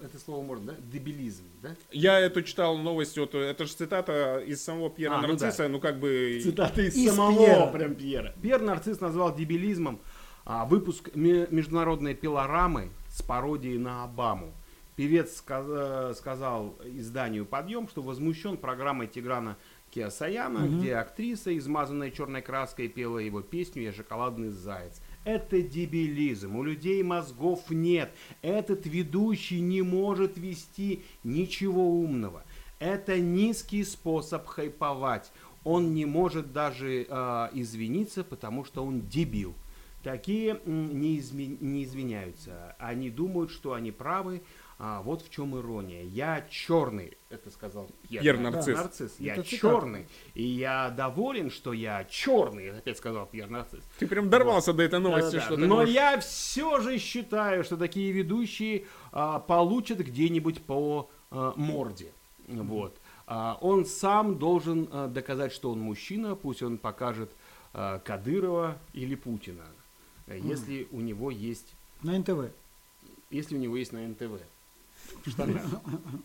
это слово можно, да? Дебилизм, да? Я эту читал новость, вот это же цитата из самого Пьера А, ну Нарцисса, ну, как бы... Цитата из, Из самого Пьера. прям Пьера. Пьер Нарцисс назвал дебилизмом А, выпуск ме- международной пилорамы с пародией на Обаму. Певец сказ- э, сказал изданию «Подъем», что возмущен программой Тиграна Киасаяна, где актриса, измазанная черной краской, пела его песню «Я шоколадный заяц». Это дебилизм. У людей мозгов нет. Этот ведущий не может вести ничего умного. Это низкий способ хайповать. Он не может даже э, извиниться, потому что он дебил. Такие м, не, изме- не извиняются. Они думают, что они правы. А вот в чем ирония. Я черный, это сказал Пьер, Пьер да? Нарцисс. Я Это цитата. черный. И я доволен, что я черный, опять сказал Пьер Нарцисс. Ты прям дорвался до этой новости, Да-да-да. что ты Но можешь- я все же считаю, что такие ведущие а, получат где-нибудь по а, морде. Вот. А, он сам должен а, доказать, что он мужчина, пусть он покажет а, Кадырова или Путина, э, если у него есть, На НТВ. если у него есть на НТВ в штанах.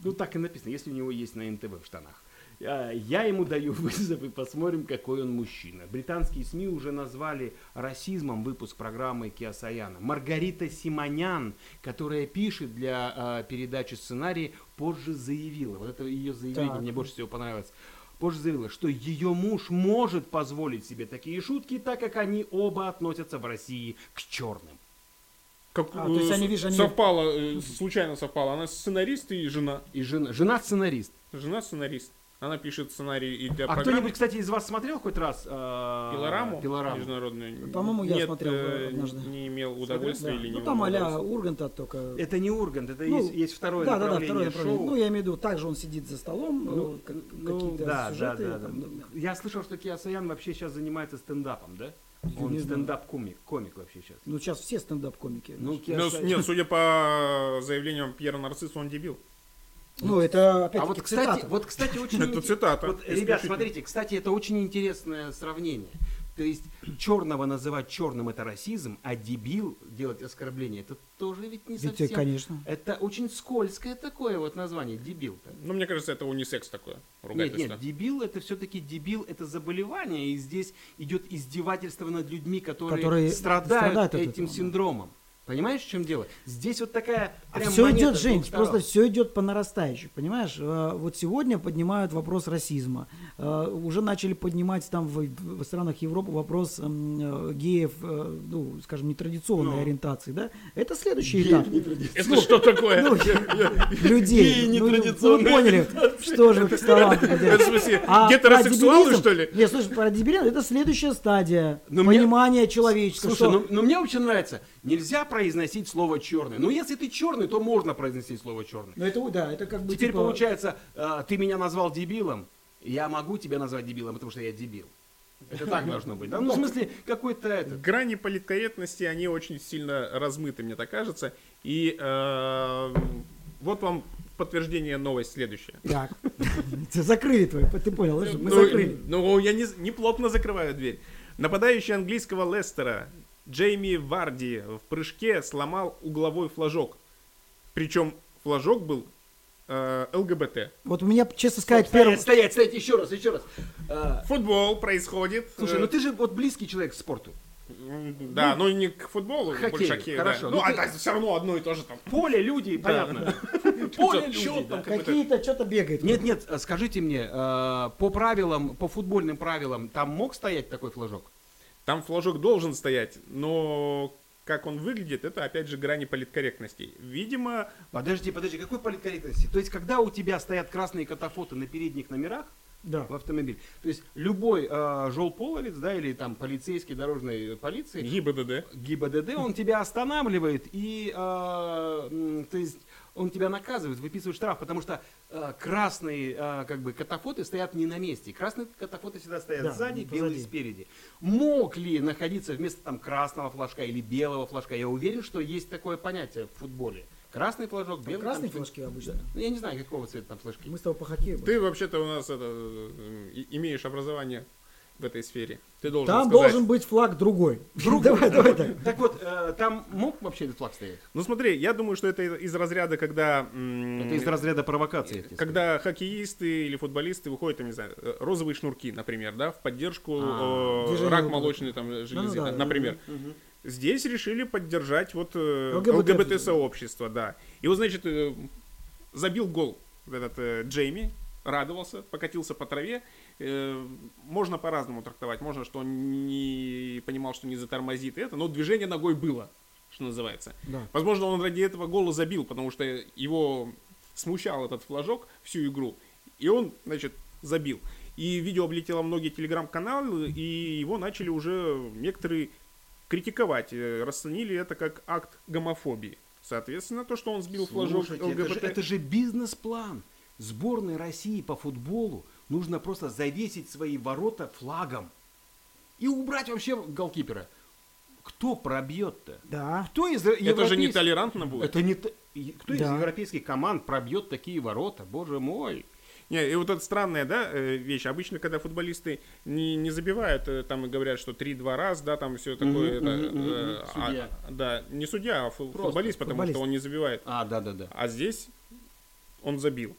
Ну так и написано, если у него есть на НТВ в штанах. А, Я ему даю вызов и посмотрим, какой он мужчина. Британские СМИ уже назвали расизмом выпуск программы Киасаяна. Маргарита Симонян, которая пишет для а, передачи сценарий, позже заявила, вот это ее заявление Так. мне больше всего понравилось, позже заявила, что ее муж может позволить себе такие шутки, так как они оба относятся в России к черным. Как, А, то есть э, они, видишь, они- совпало, э, случайно совпало. Она сценарист и жена. И жена, жена сценарист. Жена сценарист. Она пишет сценарий и для а программы. кто-нибудь, кстати, из вас смотрел хоть раз а, Пилораму, Пилораму? международную. По-моему, я Нет, смотрел э, однажды. Не имел Да. удовольствия или не Ну имел там а-ля удовольствия. Урганта только. Это не Ургант, это Ну, есть, есть второе да, да, да, направление второе направление. шоу. Ну, я имею в виду, также он сидит за столом, э, как- Ну, какие-то да, сюжеты. да, да, там, да. ну, Я слышал, что Киасаян вообще сейчас занимается стендапом, да? Я Он не знаю. стендап-комик, комик вообще сейчас. Ну, сейчас все стендап-комики. Ну, Но, Киасаян- нет, судя по заявлениям Пьера Нарцисса, он дебил. ну, это опять а вот, кстати, вот, кстати, очень... Это инте- цитата, Вот, ребят, исключительно. смотрите, кстати, это очень интересное сравнение. То есть черного называть черным это расизм, а дебил делать оскорбление это тоже ведь э, не совсем. конечно. Это очень скользкое такое вот название дебил-то. Ну, мне кажется, это унисекс такое Нет, ругательство. нет, дебил это все-таки дебил, это заболевание, и здесь идет издевательство над людьми, которые, Которые страдают, страдают от этим этого, да. синдромом. Понимаешь, в чем дело? Здесь вот такая. А прям все монета идет, двух Жень, сторон. просто все идет по нарастающей, понимаешь? Э, Вот сегодня поднимают вопрос расизма. Э, Уже начали поднимать там в, в странах Европы вопрос м, э, геев, э, ну, скажем, нетрадиционной ориентации, да? Это следующий этап. Это что такое? Ну, людей. Геи Ну, ну, нетрадиционной вы поняли, что же к столам Это, в смысле, А гетеросексуалы, что ли? Нет, слушай, про дебилизм это следующая стадия Но Ну, мне- понимания человечества. что- Слушай, ну, ну мне вообще нравится. Нельзя произносить слово черный. Но если ты черный, то можно произносить слово черный. Ну, это, да, это как бы Теперь типа- получается, э, ты меня назвал дебилом, я могу тебя назвать дебилом, потому что я дебил. Это так должно быть. Да? Ну, в смысле, какой-то этот. Грани политкорректности, они очень сильно размыты, мне так кажется. И э, вот вам подтверждение новость следующая. Так. Закрыли твою, ты понял, да, что мы ну, закрыли. ну, я не, не плотно закрываю дверь. Нападающий английского Лестера Джейми Варди в прыжке сломал угловой флажок. Причем флажок был э, ЛГБт. Вот у меня, честно сказать, первый... Стоять, стоять, стоять, еще раз, еще раз. Э, Футбол происходит. Слушай, э, ну ты же вот близкий человек к спорту. м, Да, ну, не к футболу, к больше хоккею, к хоккею, хорошо. да. Ну, Ну, а ты- все равно одно и то же там. Поле людей, понятно. Поле Поле людей, да. Какие-то что-то бегает. Нет, нет, э, скажите мне, э, по правилам, по футбольным правилам, там мог стоять такой флажок? Там флажок должен стоять, но как он выглядит, это опять же грани политкорректности. Видимо, Подожди, подожди, какой политкорректности? То есть, когда у тебя стоят красные катафоты на передних номерах Да. в автомобиле, то есть любой э, жолполовец, да, или там полицейский дорожной э, полиции, ГИБДД. ГИБДД, он тебя останавливает и, э, м, то есть, он тебя наказывает, выписывает штраф, потому что э, красные, э, как бы, катафоты стоят не на месте. Красные катафоты всегда стоят Да, сзади, позади. белые спереди. Мог ли находиться вместо там красного флажка или белого флажка? Я уверен, что есть такое понятие в футболе. Красный флажок, белый. Красные там что-нибудь. флажки обычно. Ну, я не знаю, какого цвета там флажки. Мы с тобой по хоккею. были. Ты вообще-то у нас это, э, и- имеешь образование в этой сфере. Ты должен Там сказать. должен быть флаг другой. Давай, давай так. Так вот, э, там мог вообще этот флаг стоять? Ну смотри, я думаю, что это из из разряда, когда... м, э, Это из разряда провокации. я тебе скажу. Когда хоккеисты или футболисты выходят, там, не знаю, э, розовые шнурки, например, да, в поддержку А, э, движение рак рук. молочной там, железы, да, например. Здесь решили поддержать вот э, ЛГБТ. ЛГБТ-сообщество, да. И вот, значит, э, забил гол вот этот э, Джейми, радовался, покатился по траве. Э, можно по-разному трактовать. Можно, что он не понимал, что не затормозит это, но движение ногой было, что называется. Да. Возможно, он ради этого гола забил, потому что его смущал этот флажок всю игру. И он, значит, забил. И видео облетело многие телеграм-каналы, и его начали уже некоторые критиковать. Э, Расценили это как акт гомофобии. Соответственно, то, что он сбил Слушайте, флажок это, ЛГБТ... же, это же бизнес-план. Сборной России по футболу нужно просто завесить свои ворота флагом и убрать вообще голкипера. Кто пробьет-то? Да. Кто из Это же европейских- нетолерантно будет. Это не т- и кто из Да. европейских команд пробьет такие ворота? Боже мой! Не, и вот эта странная, да, э, вещь. Обычно, когда футболисты не, не забивают, э, там и говорят, что 3-2 раз, да, там все такое. мгм, это, мгм, э, мгм. а- Судья. да, не судья, а фу- Просто футболист, потому футболист. что он не забивает. А, да, да, да. А здесь он забил.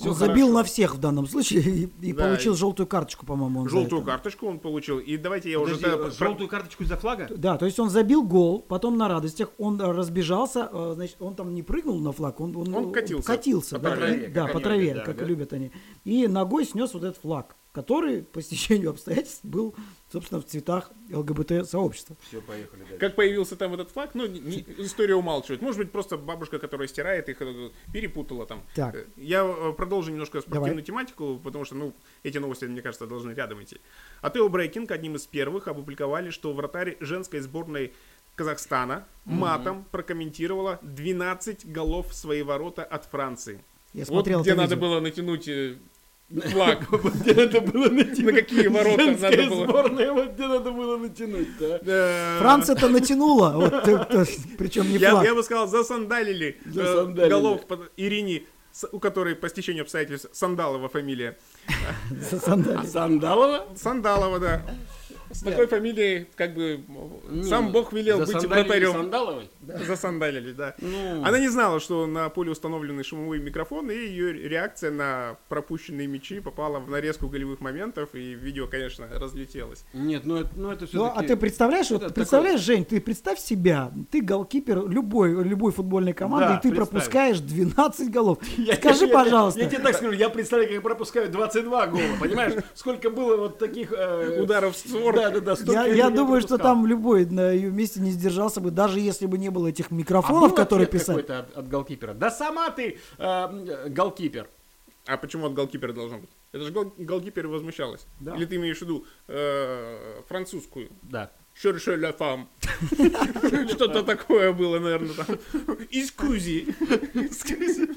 он Всё забил хорошо. на всех в данном случае и, и Да, получил и- желтую карточку, по-моему. он за Желтую это. карточку он получил. И давайте я Подожди, уже... э, тогда про- желтую карточку из-за флага? Да, то есть он забил гол, потом на радостях он э, разбежался, э, значит, он там не прыгнул на флаг, он, он, Он э, катился катился, по да, траве, и- как да, они по любят, траве, да, как да. любят они. И ногой снес вот этот флаг, который по стечению обстоятельств был, собственно, в цветах ЛГБТ-сообщества. Все, поехали дальше. Как появился там этот флаг, ну, не- не- история умалчивает. Может быть, просто бабушка, которая стирает их, э, перепутала там. Так. Э, Я э, продолжу немножко спортивную Давай. тематику, потому что, ну, эти новости, мне кажется, должны рядом идти. Атео Брейкинг одним из первых опубликовали, что вратарь женской сборной Казахстана матом прокомментировала 12 голов в свои ворота от Франции. Я вот смотрел где это надо видео. было натянуть э, флаг. На какие ворота надо было. сборная, вот где надо было натянуть, да? Э, Франция-то натянула, причем не Я, я флаг. бы сказал, засандалили, э, Засандалили. голов под- Ирине, с- у которой по стечению обстоятельств Сандалова фамилия. за сандали. Сандалова? Сандалова, да. С такой фамилией, как бы, м, сам Не, Бог велел быть засандалили вратарем. типа Сандаловой? Засандалили, да. Ну. Она не знала, что на поле установлены шумовые микрофоны, и ее реакция на пропущенные мячи попала в нарезку голевых моментов, и видео, конечно, разлетелось. Нет, ну это, ну это Ну, все-таки... а ты представляешь, вот это представляешь, Жень, ты представь себя, ты голкипер любой, любой футбольной команды, Да, и ты представь. пропускаешь 12 голов. Скажи, пожалуйста, Я, тебе так скажу, я представляю, как пропускаю 22 гола, понимаешь? Сколько было вот таких... э, Ударов в створ. Да-да-да, я, столько я не думаю, что пропускал. там любой на ее месте не сдержался бы, даже если бы не было этих А микрофонов, был которые ответ писали. какой-то от, от голкипера? Да сама ты э, м, голкипер. А почему от голкипера должно быть? Это же гол- голкипер возмущалась. Да. Или ты имеешь в виду э, французскую? Да. Шерше ля фам. Что-то такое было, наверное, там. Искузи.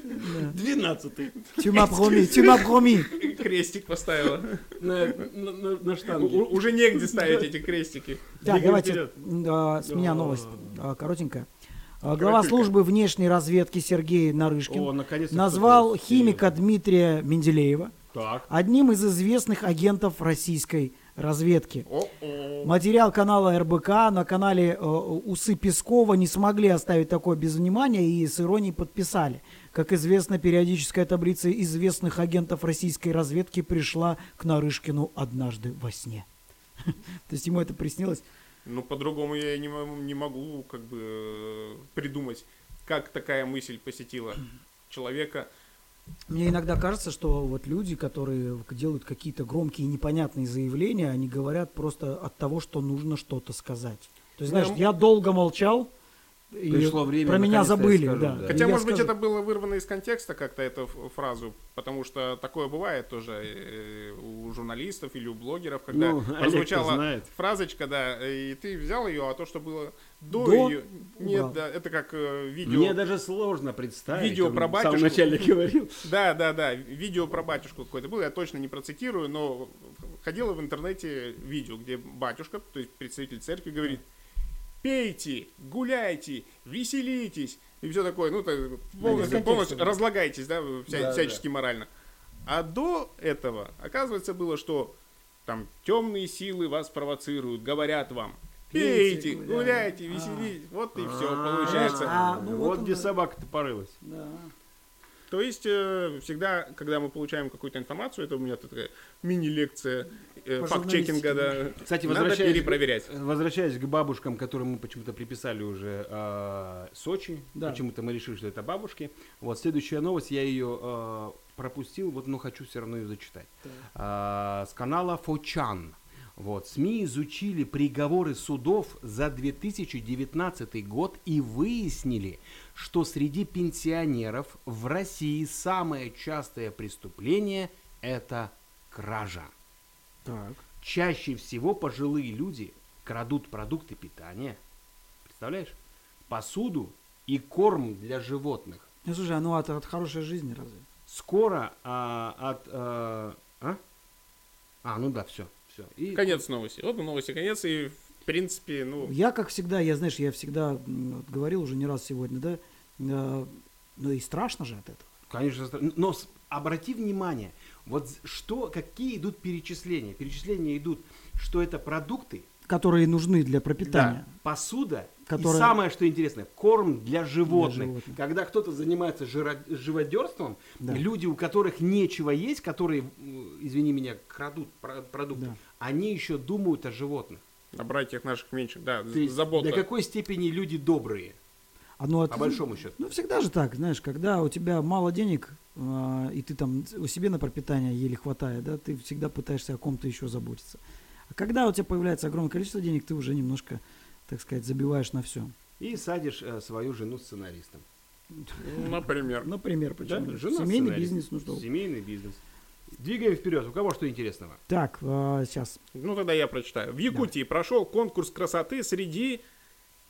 12 Тюма Пхоми, Тюма Пхоми. Крестик поставила. на, на- на- на штанге. У- Уже негде ставить эти крестики. Так, Двигаем давайте вперед. а, с меня новость а, коротенькая. А, Глава Коротенькая. службы внешней разведки Сергей Нарышкин О, наконец-то назвал кто-то химика Дмитрия Менделеева Так. одним из известных агентов российской разведки. О-о. Материал канала РБК на канале э, Усы Пескова не смогли оставить такое без внимания и с иронией подписали. Как известно, периодическая таблица известных агентов российской разведки пришла к Нарышкину однажды во сне. То есть ему это приснилось. Ну, по-другому я не мо- не могу как бы э, придумать, как такая мысль посетила человека. Мне иногда кажется, что вот люди, которые делают какие-то громкие непонятные заявления, они говорят просто от того, что нужно что-то сказать. То есть, Ну, знаешь, я- я долго молчал, и Пришло время, про меня наконец-то я забыли. скажу, да. да. И Хотя, я может быть, скажу. это было вырвано из контекста как-то эту ф- фразу, потому что такое бывает тоже э, у журналистов или у блогеров, когда Ну, Олег-то прозвучала знает. фразочка, да, и ты взял ее, а то, что было до, До ее, нет, убрал. да, это как э, видео. Мне даже сложно представить. Видео он про в батюшку. самом начале говорил. Да, да, да, видео про батюшку какое-то было, я точно не процитирую, но ходило в интернете видео, где батюшка, то есть представитель церкви, говорит, пейте, гуляйте, веселитесь, и все такое, ну, так, полностью, контекста, полностью да. разлагайтесь, да, вся- Да, всячески морально. А до этого, оказывается, было, что там темные силы вас провоцируют, говорят вам, Пейте, пейте, гуляйте, гуляйте». веселитесь, вот и все, А, получается. А, ну вот вот где он, да. собака-то порылась. Да. То есть э, всегда, когда мы получаем какую-то информацию, это у меня такая мини-лекция э, По факт-чекинга, да. Кстати, Надо возвращаясь, перепроверять. э, возвращаясь к бабушкам, которым мы почему-то приписали уже э, Сочи, Да. почему-то мы решили, что это бабушки. Вот следующая новость, я ее э, пропустил, вот, но хочу все равно ее зачитать. А, с канала Фочан. Вот, СМИ изучили приговоры судов за 2019 год и выяснили, что среди пенсионеров в России самое частое преступление – это кража. Так. Чаще всего пожилые люди крадут продукты питания, представляешь, посуду и корм для животных. Ну, слушай, а ну от, от хорошей жизни разве? Скоро а, от... А, а? А, ну да, все, все. И Конец новости. Вот новости конец, и в принципе, ну, Я, как всегда, я, знаешь, я всегда м, вот говорил уже не раз сегодня, да, э, ну и страшно же от этого. Конечно, стра- но с- обрати внимание, вот з- что, какие идут перечисления? Перечисления идут, что это продукты, Которые нужны для пропитания. посуда и Которая- самое, что интересно, корм для животных. животных. Когда кто-то занимается жиро- живодерством, Да. люди, у которых нечего есть, которые, м, извини меня, крадут про- продукты, Да. они еще думают о животных. о братьях наших меньших, да, То есть забота. До какой степени люди добрые, А ну, от- по большому счету. Ну, всегда же так, знаешь, когда у тебя мало денег, а, и ты там у себе на пропитание еле хватает, да, ты всегда пытаешься о ком-то еще заботиться. А когда у тебя появляется огромное количество денег, ты уже немножко, так сказать, забиваешь на все. И садишь э, свою жену сценаристом. Например. Например, Да, почему? нет? жена Семейный сценарист. бизнес, ну что. вы. Семейный бизнес. Двигаем вперед. У кого что интересного? Так, а, сейчас. Ну, тогда я прочитаю. В Якутии прошел конкурс красоты среди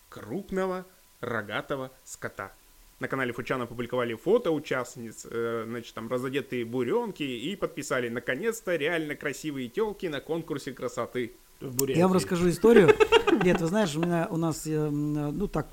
крупного рогатого скота. На канале Фучана опубликовали фото участниц, э, значит, там разодетые буренки и подписали, наконец-то, реально красивые телки на конкурсе красоты. Я вам расскажу историю. Нет, вы знаешь, у меня у нас, э, м, э, ну так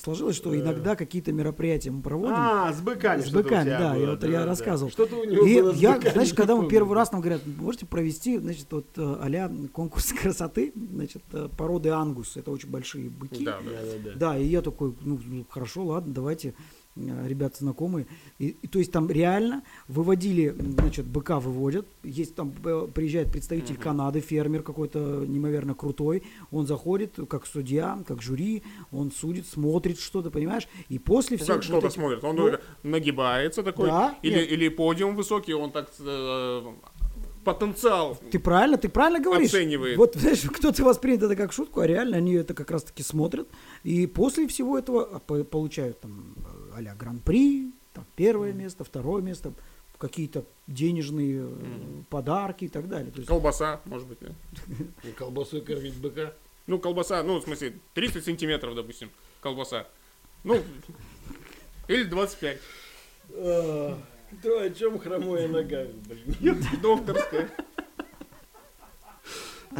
сложилось, что иногда какие-то мероприятия мы проводим. Э. А, с быками. С что-то у быками, тебя да, было, я, вот я да. рассказывал. Что-то у него и было с я, быками, значит, не когда мы помню. первый раз нам говорят, можете провести, значит, вот э, а-ля конкурс красоты, значит, э, породы ангус, это очень большие быки. Да, да. Да, да, да. Да, и я такой, ну, ну, хорошо, ладно, давайте, э, ребята знакомые. И, и то есть там реально выводили, м, значит, быка выводят. Есть там, э, приезжает представитель Канады, фермер какой-то неимоверно крутой. Он заходит как судья, как жюри, он судит, смотрит что-то, понимаешь? И после Ну, всех... как вот что-то этих- смотрит. Он Ну, э, нагибается такой. Да, или, нет. или подиум высокий, он так э, потенциал. Ты правильно, ты правильно говоришь. Оценивает. Вот, знаешь, кто-то воспринял это как шутку, а реально они это как раз-таки смотрят. И после всего этого а, по- получают там э, а-ля гран-при, там первое место, второе место, какие-то денежные э, подарки и так далее. То есть, Колбаса, может быть. да. Колбасой кормить быка. Ну, колбаса, ну, в смысле, 30 сантиметров, допустим, колбаса. Ну, или 25. Ты А, о чем хромая нога, блин? Докторская.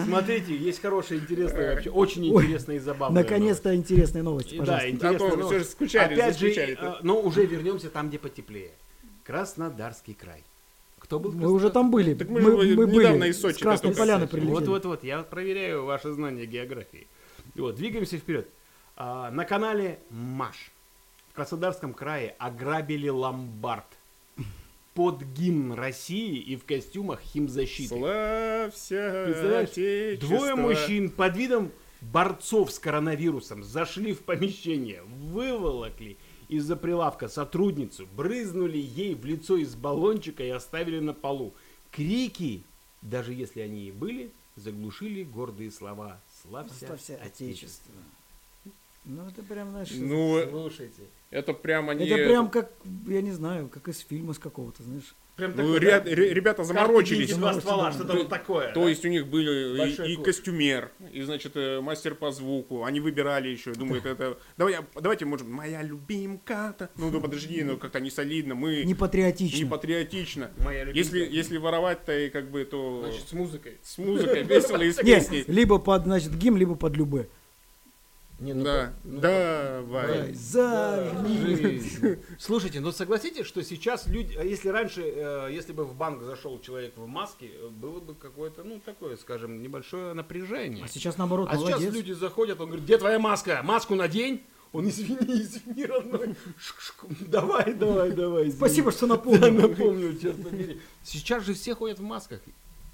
Смотрите, есть хорошее, интересное, вообще очень интересное и забавное. наконец-то интересные новости, новость. И пожалуйста. Да, интересно. ну, А то всё же скучали, Опять же, заскучали-то. э, но уже вернемся там, где потеплее. Краснодарский край. Кто был в Мы уже там были. Так мы же были недавно из Сочи-то С Красной только, Поляны кстати. прилетели. Вот, вот, вот, я проверяю ваше знание географии. Вот, двигаемся вперед. А, на канале Маш в Краснодарском крае ограбили ломбард под гимн России и в костюмах химзащиты. Славься, Представляешь, Отечество. двое мужчин под видом борцов с коронавирусом зашли в помещение, выволокли из-за прилавка сотрудницу, брызнули ей в лицо из баллончика и оставили на полу. Крики, даже если они и были, заглушили гордые слова «Славься, Оставься Отечество». отечество. Ну, это прям, знаешь, Ну, э, Слушайте. это прям они... это прям как, я не знаю, как из фильма с какого-то, знаешь. Прям Ну, такой, ря- да, ре- ребята заморочились. картинки два ствола, Заморочились, что-то вот такое. То есть у них были Большой и, и куш. костюмер, и, значит, э, мастер по звуку. Они выбирали еще, думают, это... Давай, я- давайте, может, моя любимка-то... Ну, ну, подожди, ну, как-то не солидно, мы... Не патриотично. не патриотично. Моя любимка. Если, если воровать-то и как бы, то... Значит, с музыкой. с музыкой весело и с Нет, песней. либо под, значит, гимн, либо под любэ. Не, ну Да, давай. Жизнь. Слушайте, ну согласитесь, что сейчас люди, а если раньше, э, если бы в банк зашел человек в маске, э, было бы какое-то, ну такое, скажем, небольшое напряжение. А сейчас наоборот, А сейчас молодец. люди заходят, он говорит, где твоя маска? Маску надень. Он, извини, извини, родной. Шк-шк. Давай, давай, давай. извини. Спасибо, что Да, напомнил. напомню, черт побери. Сейчас же все ходят в масках.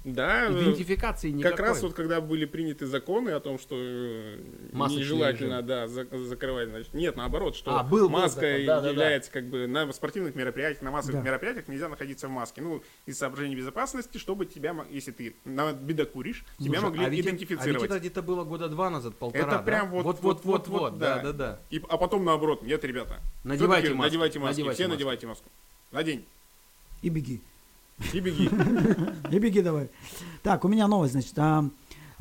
Да, э, Идентификации никакой. Как раз вот когда были приняты законы о том, что э, Масочный нежелательно режим. да, за- закрывать, значит, нет, наоборот, что А, был- был маска закон, да-да-да. является как бы на спортивных мероприятиях, на массовых Да. мероприятиях нельзя находиться в маске. Ну, из соображений безопасности, чтобы тебя, мо- если ты на бедокуришь, тебя Слушай, могли а ведь это- А ведь идентифицировать. это где-то было года два назад, полтора. Это да? прям вот- вот, вот, вот, вот, вот, да, да, да. И, а потом наоборот, нет, ребята, Надевайте всё-таки маску, надевайте маски, надевайте все маску. надевайте маску. Надень И беги. и беги. И беги давай. Так, у меня новость, значит. а,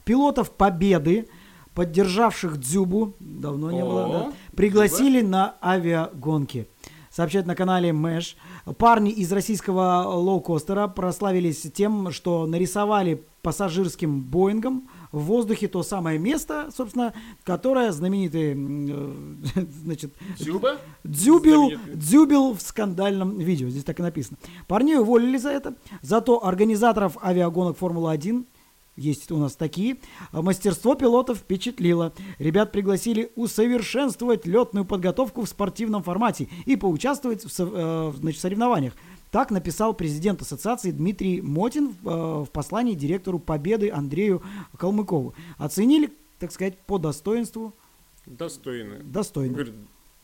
пилотов Победы, поддержавших Дзюбу, давно не было, да, О, пригласили на авиагонки. Сообщает на канале Мэш. Парни из российского лоукостера прославились тем, что нарисовали пассажирским Боингом в воздухе то самое место, собственно, которое знаменитый, м, э, значит, Зюба? Дзюбил, Знаменитый. Дзюбил в скандальном видео. Здесь так и написано. Парней уволили за это. Зато организаторов авиагонок Формулы-1 есть у нас такие. а Мастерство пилотов впечатлило. Ребят пригласили усовершенствовать летную подготовку в спортивном формате и поучаствовать в, со- э, в, значит, соревнованиях. Так написал президент ассоциации Дмитрий Мотин э, в послании директору Победы Андрею Калмыкову. Оценили, так сказать, по достоинству Достойно. достойно. Говорит,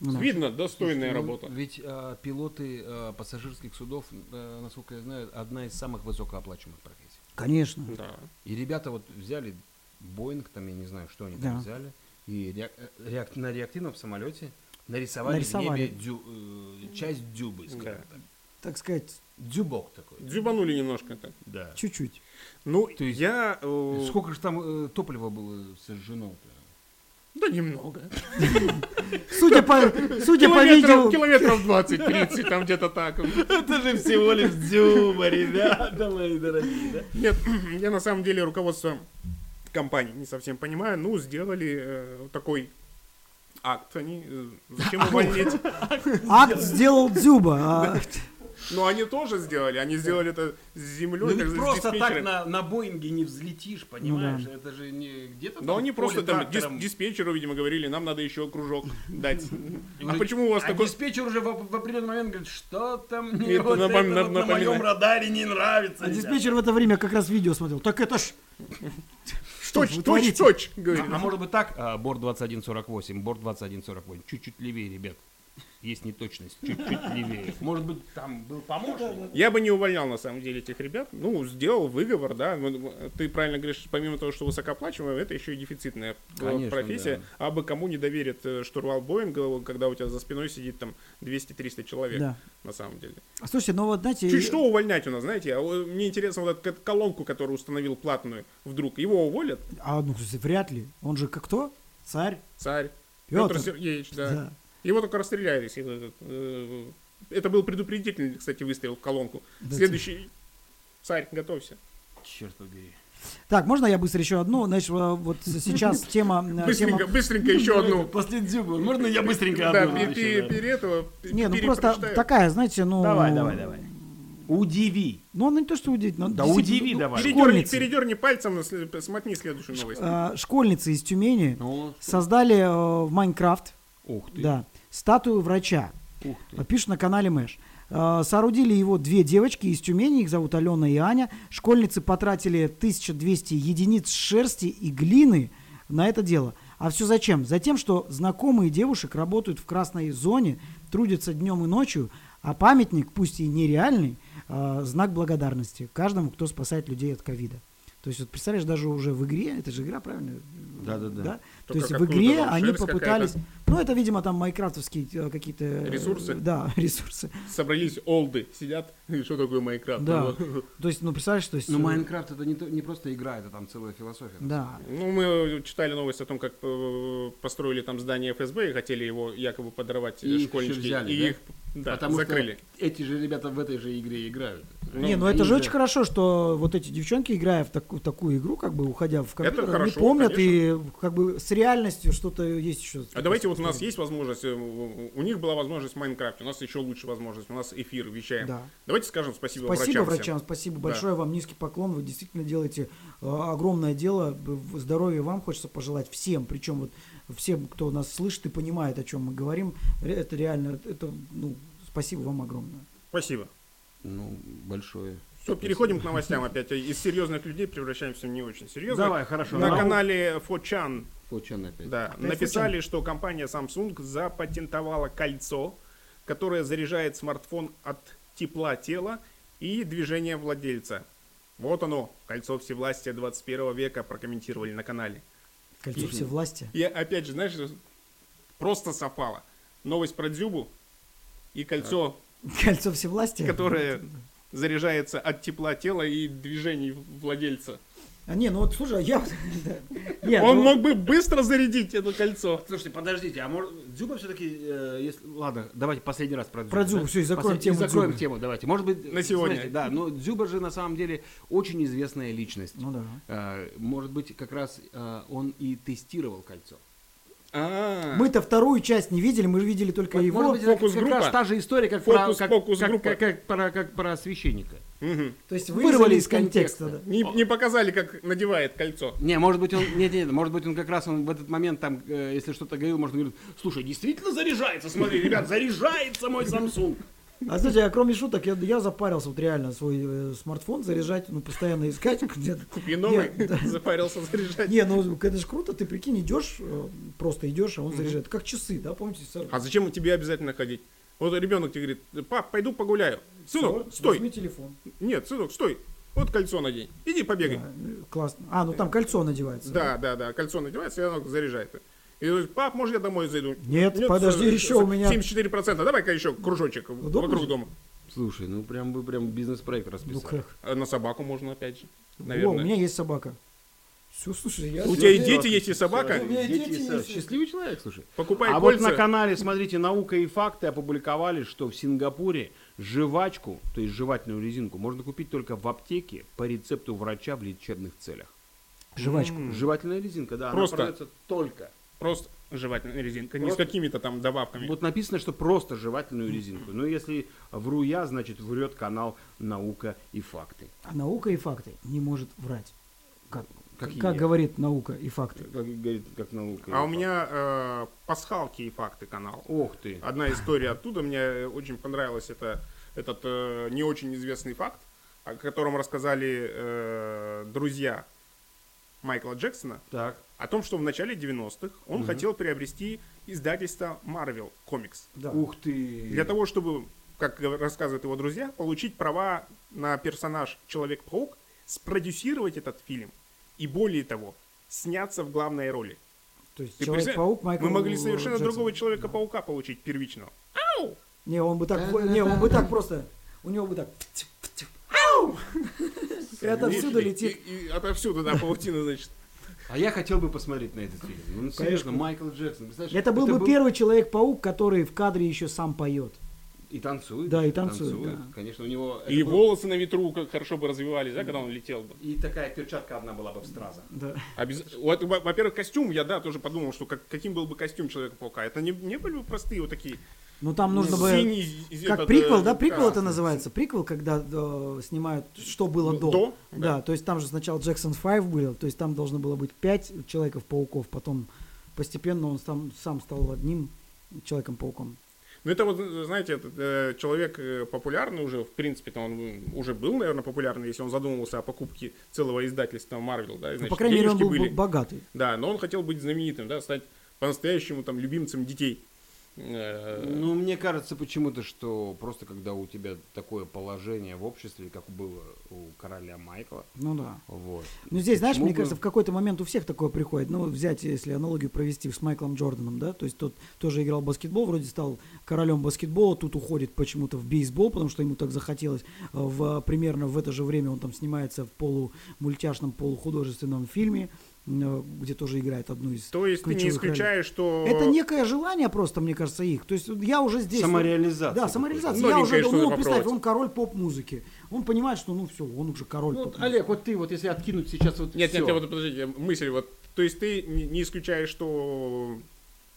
Да. Видно, достойная Ну, работа. Ведь э, пилоты э, пассажирских судов, э, насколько я знаю, одна из самых высокооплачиваемых профессий. Конечно. Да. И ребята вот взяли Боинг, там, я не знаю, что они там Да. взяли, и реак- э, реак- на реактивном самолете нарисовали, в Нарисовали. небе дю- э, часть дюбы, скажем так. Так сказать, Дюбок такой. Дзюбанули немножко так. Да. чуть-чуть. Ну, То есть- я... э, Сколько же там э, топлива было сожжено-то? Да немного. Судя по, Типа, судя по Километров, видео, километров 20-30, там где-то так. Это же всего лишь дюба, ребята мои дорогие. да? Нет, я на самом деле руководство компании не совсем понимаю. Ну, сделали э, вот такой акт они. э, Зачем увольнять? акт сделал Дзюба. а, Но они тоже сделали. Они сделали это с землей. Ну, как ведь сказать, с просто так диспетчером. на, на Боинге не взлетишь, понимаешь? Это же не где-то Да там они в просто поле там дис- трактором. диспетчеру, видимо, говорили, нам надо еще кружок дать. А уже- почему у вас а такой... диспетчер уже в, в определенный момент говорит, что там мне Это вот это напом- вот на напоминает. моем радаре не нравится. А ребят». диспетчер в это время как раз видео смотрел. Так это ж... Что ж Точь, вы точь, творите? точь, А, говорит. а может быть так, а, борт 2148, борт 2148, чуть-чуть левее, ребят. Есть неточность, чуть-чуть левее. Может быть, там был помощник? Я бы не увольнял, на самом деле, этих ребят. Ну, сделал выговор, да. Ну, Ты правильно говоришь, помимо того, что высокооплачиваемая, это еще и дефицитная э, Конечно, профессия. А бы кому не доверит э, штурвал Боинга, когда у тебя за спиной сидит там 200-300 человек, Да. на самом деле. А Слушайте, ну вот, знаете... Чуть что увольнять у нас, знаете. а вот Мне интересно, вот эту колонку, которую установил платную, вдруг его уволят? А, ну, вряд ли. Он же как кто? Царь. Царь. Пётр. Петр Сергеевич, да. Да. Его только расстреляли. если вот этот, э, Это был предупредительный, кстати, выстрел в колонку. Да, Следующий. Царь, готовься. Черт побери. Так, можно я быстро еще одну? Значит, а, вот сейчас тема... э, тема- Быстренько, быстренько еще одну. После дзюбы. Можно я быстренько Да, одну пере- еще, да? пере- пере- этого, Не, ну пере- просто прочитаю. такая, знаете, ну... Давай, давай, давай. Удиви. Ну, она не то, что удивить, но... Да действительно, удиви ну, давай. Передерни, школьницы. передерни пальцем, если- смотни следующую новость. а, Школьницы из Тюмени Ну, создали э, в Майнкрафт, ух ты. да, статую врача. Ух ты. Пишет на канале Мэш. Э, Соорудили его две девочки из Тюмени, их зовут Алена и Аня. Школьницы потратили 1200 единиц шерсти и глины на это дело. А все зачем? Затем, что знакомые девушек работают в красной зоне, трудятся днем и ночью, а памятник, пусть и нереальный, э, знак благодарности каждому, кто спасает людей от ковида. То есть, вот представляешь, даже уже в игре, это же игра, правильно? Да-да-да. То Только есть в какую-то игре там они шерсть какая-то. попытались... Ну, это, видимо, там майкрафтовские э, какие-то... э, Ресурсы? Да, ресурсы. Собрались олды, сидят. И Что такое Майнкрафт? Да. Ну, То есть, ну, представляешь, то есть... Ну, э, Майнкрафт это не, то- не просто игра, это там целая философия. Да. Ну, мы читали новость о том, как э, построили там здание ФСБ и хотели его якобы подорвать э, И их школьнички. всё взяли, и да? их да, Потому закрыли. что эти же ребята в этой же игре играют. не, ну это они же же- очень хорошо, что вот эти девчонки, играя в, таку- такую игру, как бы уходя в компьютер, они хорошо, помнят и как бы с реальностью что-то есть еще. А давайте вот у нас есть возможность, э, у у них была возможность в Майнкрафте, у нас еще лучше возможность, у нас эфир вещаем. Да. Давайте скажем спасибо, Спасибо врачам, врачам. всем. спасибо большое вам, низкий поклон. Вы действительно делаете э, огромное дело. Б- в- Здоровья вам хочется пожелать всем. Причем вот все, кто нас слышит и понимает, о чем мы говорим. Ре- Это реально, это, ну, спасибо вам огромное. Спасибо. Ну, большое. Все, переходим к новостям опять. Из серьезных людей превращаемся в не очень серьезных. Давай, хорошо. На Нау- канале Фочан Фочан опять. да, А написали, что компания Samsung запатентовала кольцо, которое заряжает смартфон от тепла тела и движения владельца. Вот оно, кольцо всевластия 21 века, прокомментировали на канале. Кольцо все власти. И опять же, знаешь, просто совпало. Новость про Дзюбу и кольцо, Кольцо все власти. которое заряжается от тепла тела и движений владельца. А, не, ну вот слушай, я... да. Нет, Он ну, мог бы быстро зарядить это кольцо. Слушайте, подождите, а может, Дзюба все-таки, э, если- ладно, давайте последний раз про Дзюбу. Про Дзюбу, всё, и закроем Послед- тему закроем Дзюбы. тему, давайте. Может быть, На сегодня. знаете, да, но Дзюба же на самом деле очень известная личность. Ну да. Э, может быть, как раз э, он и тестировал кольцо. А, Мы-то вторую часть не видели, мы же видели только Вот, его. может быть, это как- фокус-группа. как раз та же история, как Фокус- про, как, фокус-группа. как- как- как про- как про священника. мгм. То есть вырвали вырвали из из контекста. контекста. да. Не, не показали, как надевает кольцо. Не, может быть, он, нет, нет, может быть, он как раз он в этот момент там, э, если что-то говорил, можно говорить, слушай, действительно заряжается, смотри, ребят, заряжается мой Samsung. А знаете, а кроме шуток, я, я запарился вот реально свой э, смартфон заряжать, ну, постоянно искать где-то. И новый Нет, да. запарился заряжать. Не, ну это же круто, ты прикинь, идешь, э, просто идешь, а он заряжает. Как часы, да, помните? сэр? А зачем тебе обязательно ходить? Вот ребенок тебе говорит, пап, пойду погуляю. Сынок, Вот, ну, стой. Возьми телефон. Нет, сынок, стой. Вот кольцо надень. Иди побегай. Да, э, классно. А, ну там кольцо надевается. Да, да, да. Кольцо надевается, и оно заряжает. И говорит, пап, может я домой зайду? э, Нет, подожди, сэр, еще сэр, у меня- Ну, 74%. Давай-ка еще кружочек вокруг же? дома. Слушай, ну прям вы прям бизнес-проект Ну расписали. как? А На собаку можно опять же. О, у Наверное. меня есть собака. Все, слушай, я... У тебя и дети есть, и собака. У меня и дети Дети, есть. счастливый человек, слушай. Покупай а кольца. вот на канале, смотрите, «Наука и факты» опубликовали, что в Сингапуре жвачку, то есть жевательную резинку, можно купить только в аптеке по рецепту врача в лечебных целях. Жвачку. Жевательная резинка, да, Просто. она продается только. Просто жевательная резинка. Не с Просто- какими-то там добавками. Вот написано, что просто жевательную резинку. Но если вру я, значит врет канал «Наука и факты». А наука и факты не может врать. Как, Какие? как говорит наука и факты. Как говорит, как «Наука и А у факты». меня э, пасхалки и факты канал. Ох ты. Одна история оттуда, мне э, очень понравилась это, этот э, не очень известный факт, о котором рассказали э, друзья Майкла Джексона, Так. о том, что в начале 90-х он хотел приобрести издательство Marvel Comics. Да. Ух ты. Для того, чтобы, как гов- рассказывают его друзья, получить права на персонаж Человек-паук, спродюсировать этот фильм и, более того, сняться в главной роли. То есть Ты Человек-паук представь, Майкл мы могли совершенно Джексон. другого человека-паука получить первичного. Ау! Не, он бы так, не, он бы так просто, у него бы так. Ау! И отовсюду Видишь ли? летит. И, и отовсюду, да, паутина, значит. А я хотел бы посмотреть на этот фильм. Ну, серьезно, Майкл Джексон. представляешь, Это был бы первый человек-паук, который в кадре еще сам поет. И танцует. Да, и танцует, да. Конечно, у него... это И был- волосы на ветру как хорошо бы развивались, да, когда он летел бы. И такая перчатка одна была бы в стразах. Да. Обяз- вот, во- Во-первых, костюм, я, да, тоже подумал, что как- каким был бы костюм Человека-паука. Это не, не были бы простые вот такие Ну там нужно бы. синий... э, Как этот, приквел, э, да, приквел это красный. называется. Приквел, когда э, снимают, что было Ну, до. до, да. да. то есть там же сначала Джексон 5 был, то есть там должно было быть 5 человеков-пауков, потом постепенно он сам, сам стал одним человеком-пауком. Ну, это вот, э, знаете, этот, э, человек э, популярный уже, в принципе, там он м, уже был, наверное, популярный, если он задумывался о покупке целого издательства Марвел, да, и, Ну, значит, по крайней мере, он денежки был были. бо- богатый. Да, но он хотел быть знаменитым, да, стать по-настоящему там любимцем детей. Э, Ну, мне кажется почему-то, что просто когда у тебя такое положение в обществе, как было у короля Майкла, Ну да. вот. Ну здесь, знаешь, Почему мне бы- кажется, в какой-то момент у всех такое приходит. Ну, взять, если аналогию провести с Майклом Джорданом, да, то есть тот тоже играл в баскетбол, вроде стал королем баскетбола, тут уходит почему-то в бейсбол, потому что ему так захотелось. Э, В, примерно в это же время он там снимается в полумультяшном, полухудожественном фильме, э, где тоже играет одну из То есть ты не ключевых ролей. исключаешь, что... Это некое желание просто, мне кажется, их. То есть я уже здесь... э, Самореализация Да, такой. самореализация. Я Новенькое уже, что-то ну, представь, попробовать. он король поп-музыки. Он понимает, что, ну, все, он уже король Ну, вот, поп-музыки. Олег, вот ты вот, если откинуть сейчас вот Нет, всё. нет, нет, вот подождите, мысль вот. То есть ты не не исключаешь, что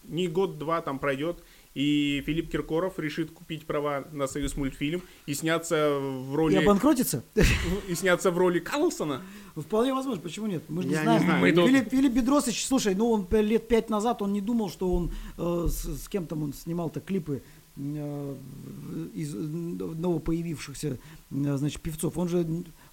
не год-два там пройдет, и Филипп Киркоров решит купить права на Союз мультфильм и сняться в И роли обанкротится? и сняться в роли Карлсона. Вполне возможно, почему нет? Мы же не Я не знаем. знаю. Мы Филипп, Филипп Бедросович, слушай, ну он п- лет пять назад, он не думал, что он э, с, с кем там он снимал-то клипы э, из э, новопоявившихся, э, значит, певцов. Он же,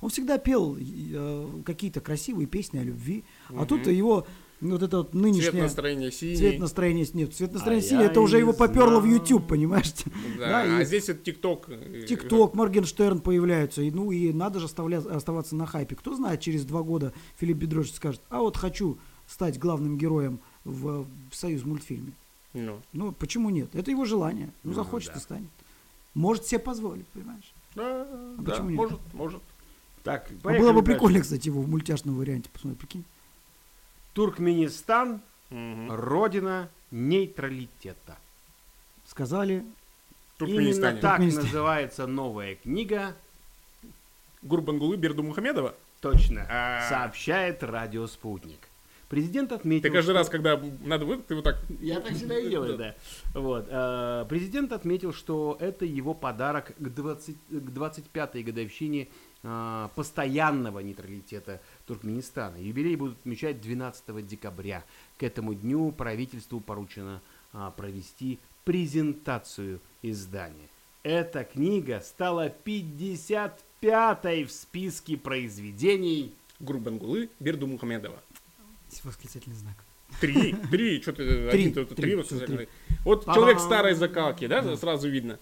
он всегда пел э, какие-то красивые песни о любви, а тут его ну, вот это вот Цвет нынешнее... настроения синий. Цвет настроения нет, цвет настроения А синий, я это уже и его поперло в знал. YouTube, понимаешь? Да, Да, а и- здесь это ТикТок. э, ТикТок, Моргенштерн появляются. И, ну и надо же оставля- оставаться на хайпе. Кто знает, через два года Филипп Бедрович скажет, а вот хочу стать главным героем в, в Союз мультфильме. Ну, Ну, почему нет? Это его желание. Ну, Ну, захочет да. и станет. Может себе позволить, понимаешь? да, да, А почему нет? может, может. Так, А поехали было бы дальше. прикольно, кстати, его в мультяшном варианте посмотреть, прикинь. Туркменистан, Мгм. родина нейтралитета. Сказали, Именно Туркменистане. так Туркменистан. называется новая книга. Гурбангулы Берду Мухамедова. Точно. А. Сообщает радио «Спутник». Президент Ты отметил, каждый что- раз, когда надо вы, ты вот так. Я так всегда и делаю, да. Вот. э, Президент отметил, что это его подарок к, 20, к 25-й годовщине э, постоянного нейтралитета Туркменистана. Юбилей будут отмечать 12 декабря. К этому дню правительству поручено а, провести презентацию издания. Эта книга стала 55-й в списке произведений. Гурбангулы Берду Мухамедова. восклицательный знак. Три, три, что ты, Три, один, тут три, три, вот всё, сразу. Вот Па-бам. человек старой закалки, да, сразу видно.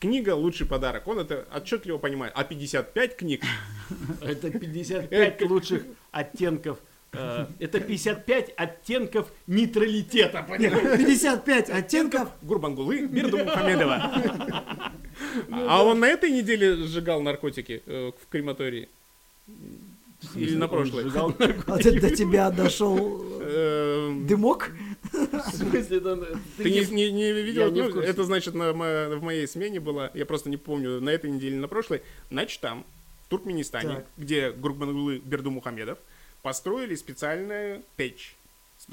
Книга лучший подарок. Он это отчетливо понимает. А 55 книг Это 55 лучших оттенков. э, Это 55 оттенков нейтралитета, понимаешь? 55 оттенков. Гурбангулы Берду Мухамедова. А он на этой неделе сжигал наркотики э, в крематории? Или на Он прошлой? сжигал наркотики. А ты- до тебя Э, дошел Эм, дымок. В смысле, это- Ты не, не- не видел? Я не в Ну, курсе. это значит, на, мо- в моей смене было, я просто не помню, на этой неделе, на прошлой, значит, там, в Туркменистане, Так. где Гурбангулы Берду Мухамедов построили специальную печь.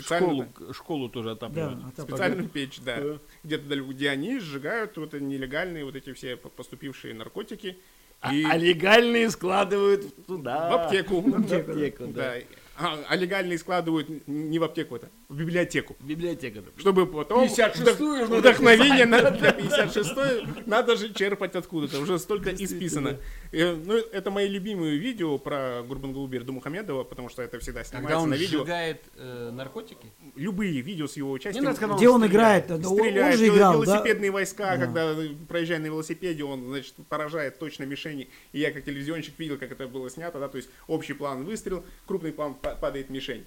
Школу, Специальную, школу тоже Да, отапливают. а там- специальную печь, да. Где-то далеко, где они сжигают вот эти нелегальные вот эти все по- поступившие наркотики. И А легальные складывают туда. а, в аптеку. аптеку, да. А, а легальные складывают не в аптеку это, в библиотеку. Библиотека. Чтобы потом 56-ю вдох- вдохновение на 56 надо же черпать откуда-то. Уже столько исписано. Э, Ну, это мои любимые видео про Гурбангулубер Мухамедова, потому что это всегда Когда снимается А он на видео. сжигает э, наркотики, Любые видео с его участием. Не надо сказать, Где он ну, стреляет, играет? Он он Стреляет, же делает играл, да? велосипедные войска, Да. когда проезжая на велосипеде, он, значит, поражает точно мишени. И я как телевизионщик видел, как это было снято, да, то есть общий план выстрел, крупный план па- падает мишень.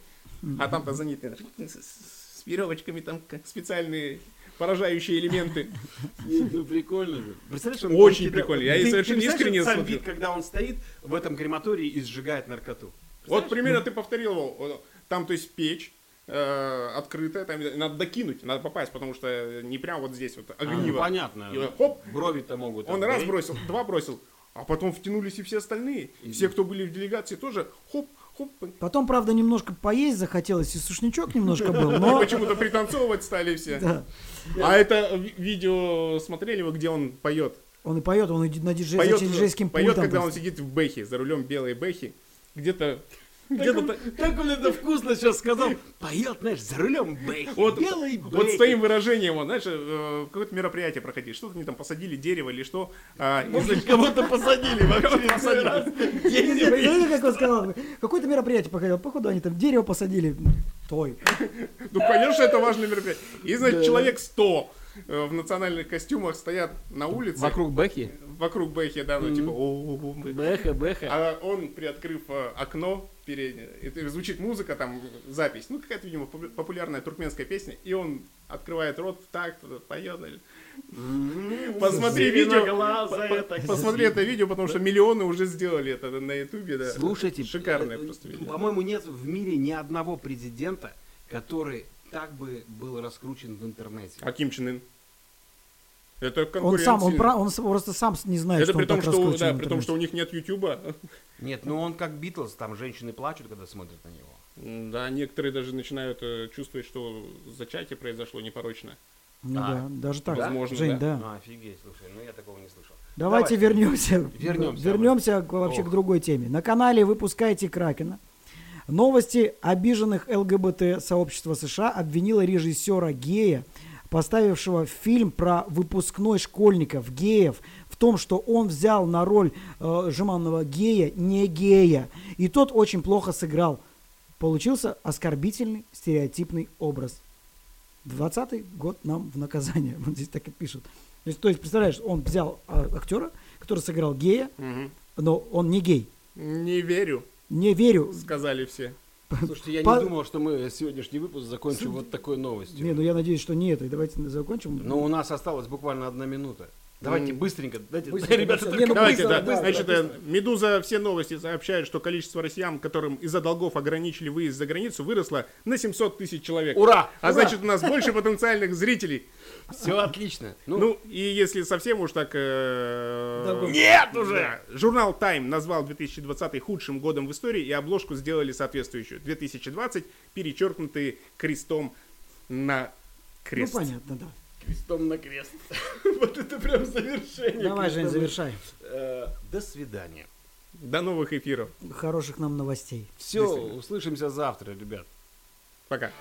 А там-то занятые с, с- с веревочками, там как специальные поражающие элементы. Ну, прикольно же. Представляешь, он Очень кидает- прикольно. Я Ты- и ты совершенно представляешь, искренне этот сам смотрю. вид, когда он стоит в этом крематории и сжигает наркоту. Вот примерно ты повторил его. Там, то есть, печь э, открытая, там надо докинуть, надо попасть, потому что не прям вот здесь вот Ну, огниво. И понятно. вот хоп, Брови-то могут. Он раз отгореть. бросил, два бросил, а потом втянулись и все остальные. Все, кто были в делегации, тоже хоп, хоп. Потом, правда, немножко поесть захотелось, и сушничок немножко был, И но... Почему-то пританцовывать стали все. Да. А это ви- видео смотрели вы, где он поет? Он и поет, он и на диджей, Поет, за диджейским поет пультом. когда он просто. сидит в бэхе, за рулем белой бэхи. Где-то... Как Где-то он, та- как он это вкусно сейчас сказал. Поет, знаешь, за рулем бэхи. Вот- белый бэхи. Вот с твоим выражением, он, знаешь, э, какое-то мероприятие проходили, что-то они там посадили дерево или что. а, и, значит, Кого-то посадили вообще. Я не знаю, как он сказал, какое-то мероприятие походил, походу они там дерево посадили, той. Ну, конечно, это важное мероприятие. И, значит, человек 100 э, в национальных костюмах стоят на улице. вокруг Бэхи, Вокруг Бэхи, да, ну типа «О-о-о, Бэхи». Бэха, Бэха. А он, приоткрыв э, окно переднее, и ты- звучит музыка, там э, запись, ну какая-то, видимо, попу- популярная туркменская песня, и он открывает рот в такт, э, поет. или- Посмотри видео, Зеленоглазая по- по- такая. посмотри это видео, потому что миллионы уже сделали это на ютубе, да. Слушайте, Шикарное э, просто видео. По-моему, нет в мире ни одного президента, который так бы был раскручен в интернете. А Ким Чен Ын? Это Он конкурент сам, он, сильный. про- он с- просто сам с- не знает, Ну, Это что при он том, так что, раскручен. да, в при том, что у интернете. них нет Ютуба. Нет, ну он как Битлз, там женщины плачут, когда смотрят на него. М, Да, некоторые даже начинают э, чувствовать, что зачатие произошло непорочно. Ну да, даже так. Возможно, Жень, да. А, офигеть, слушай, ну я такого не слышал. Давайте вернемся. Вернемся. Вернемся к- вообще к другой теме. На канале «Выпускайте Кракена». Новости обиженных ЛГБТ-сообщества США обвинила режиссера гея, поставившего фильм про выпускной школьников геев, в том, что он взял на роль э, жеманного гея не гея. И тот очень плохо сыграл. Получился оскорбительный стереотипный образ. 20 год нам в наказание. Вот здесь так и пишут. То есть, то есть, представляешь, он взял а, актера, который сыграл гея, Мгм. но он не гей. Не верю, Не верю. сказали все. Слушайте, я Па- не думал, что мы сегодняшний выпуск закончим вот такой новостью. Не, ну я надеюсь, что не это. И Давайте закончим. Ну, Но у нас осталось буквально одна минута. Давайте быстренько, дайте, Быстренько, ребята, быстренько. только Не, ну, Давайте, быстро, да. быстро, Значит, э, быстро. Медуза все новости сообщает, что количество россиян, которым из-за долгов ограничили выезд за границу, выросло на 700 тысяч человек. Ура! А значит, у нас больше потенциальных зрителей. все отлично. Ну, Ну, и если совсем уж так... э, Да вы- Нет уже! Журнал Time назвал 2020 худшим годом в истории, и обложку сделали соответствующую. 2020, перечеркнутые крестом на крест. Ну понятно, да. крестом на крест. вот это прям завершение. Давай, Жень, крестом. завершай. Э, До свидания. До новых эфиров. Хороших нам новостей. Все, услышимся завтра, ребят. Пока.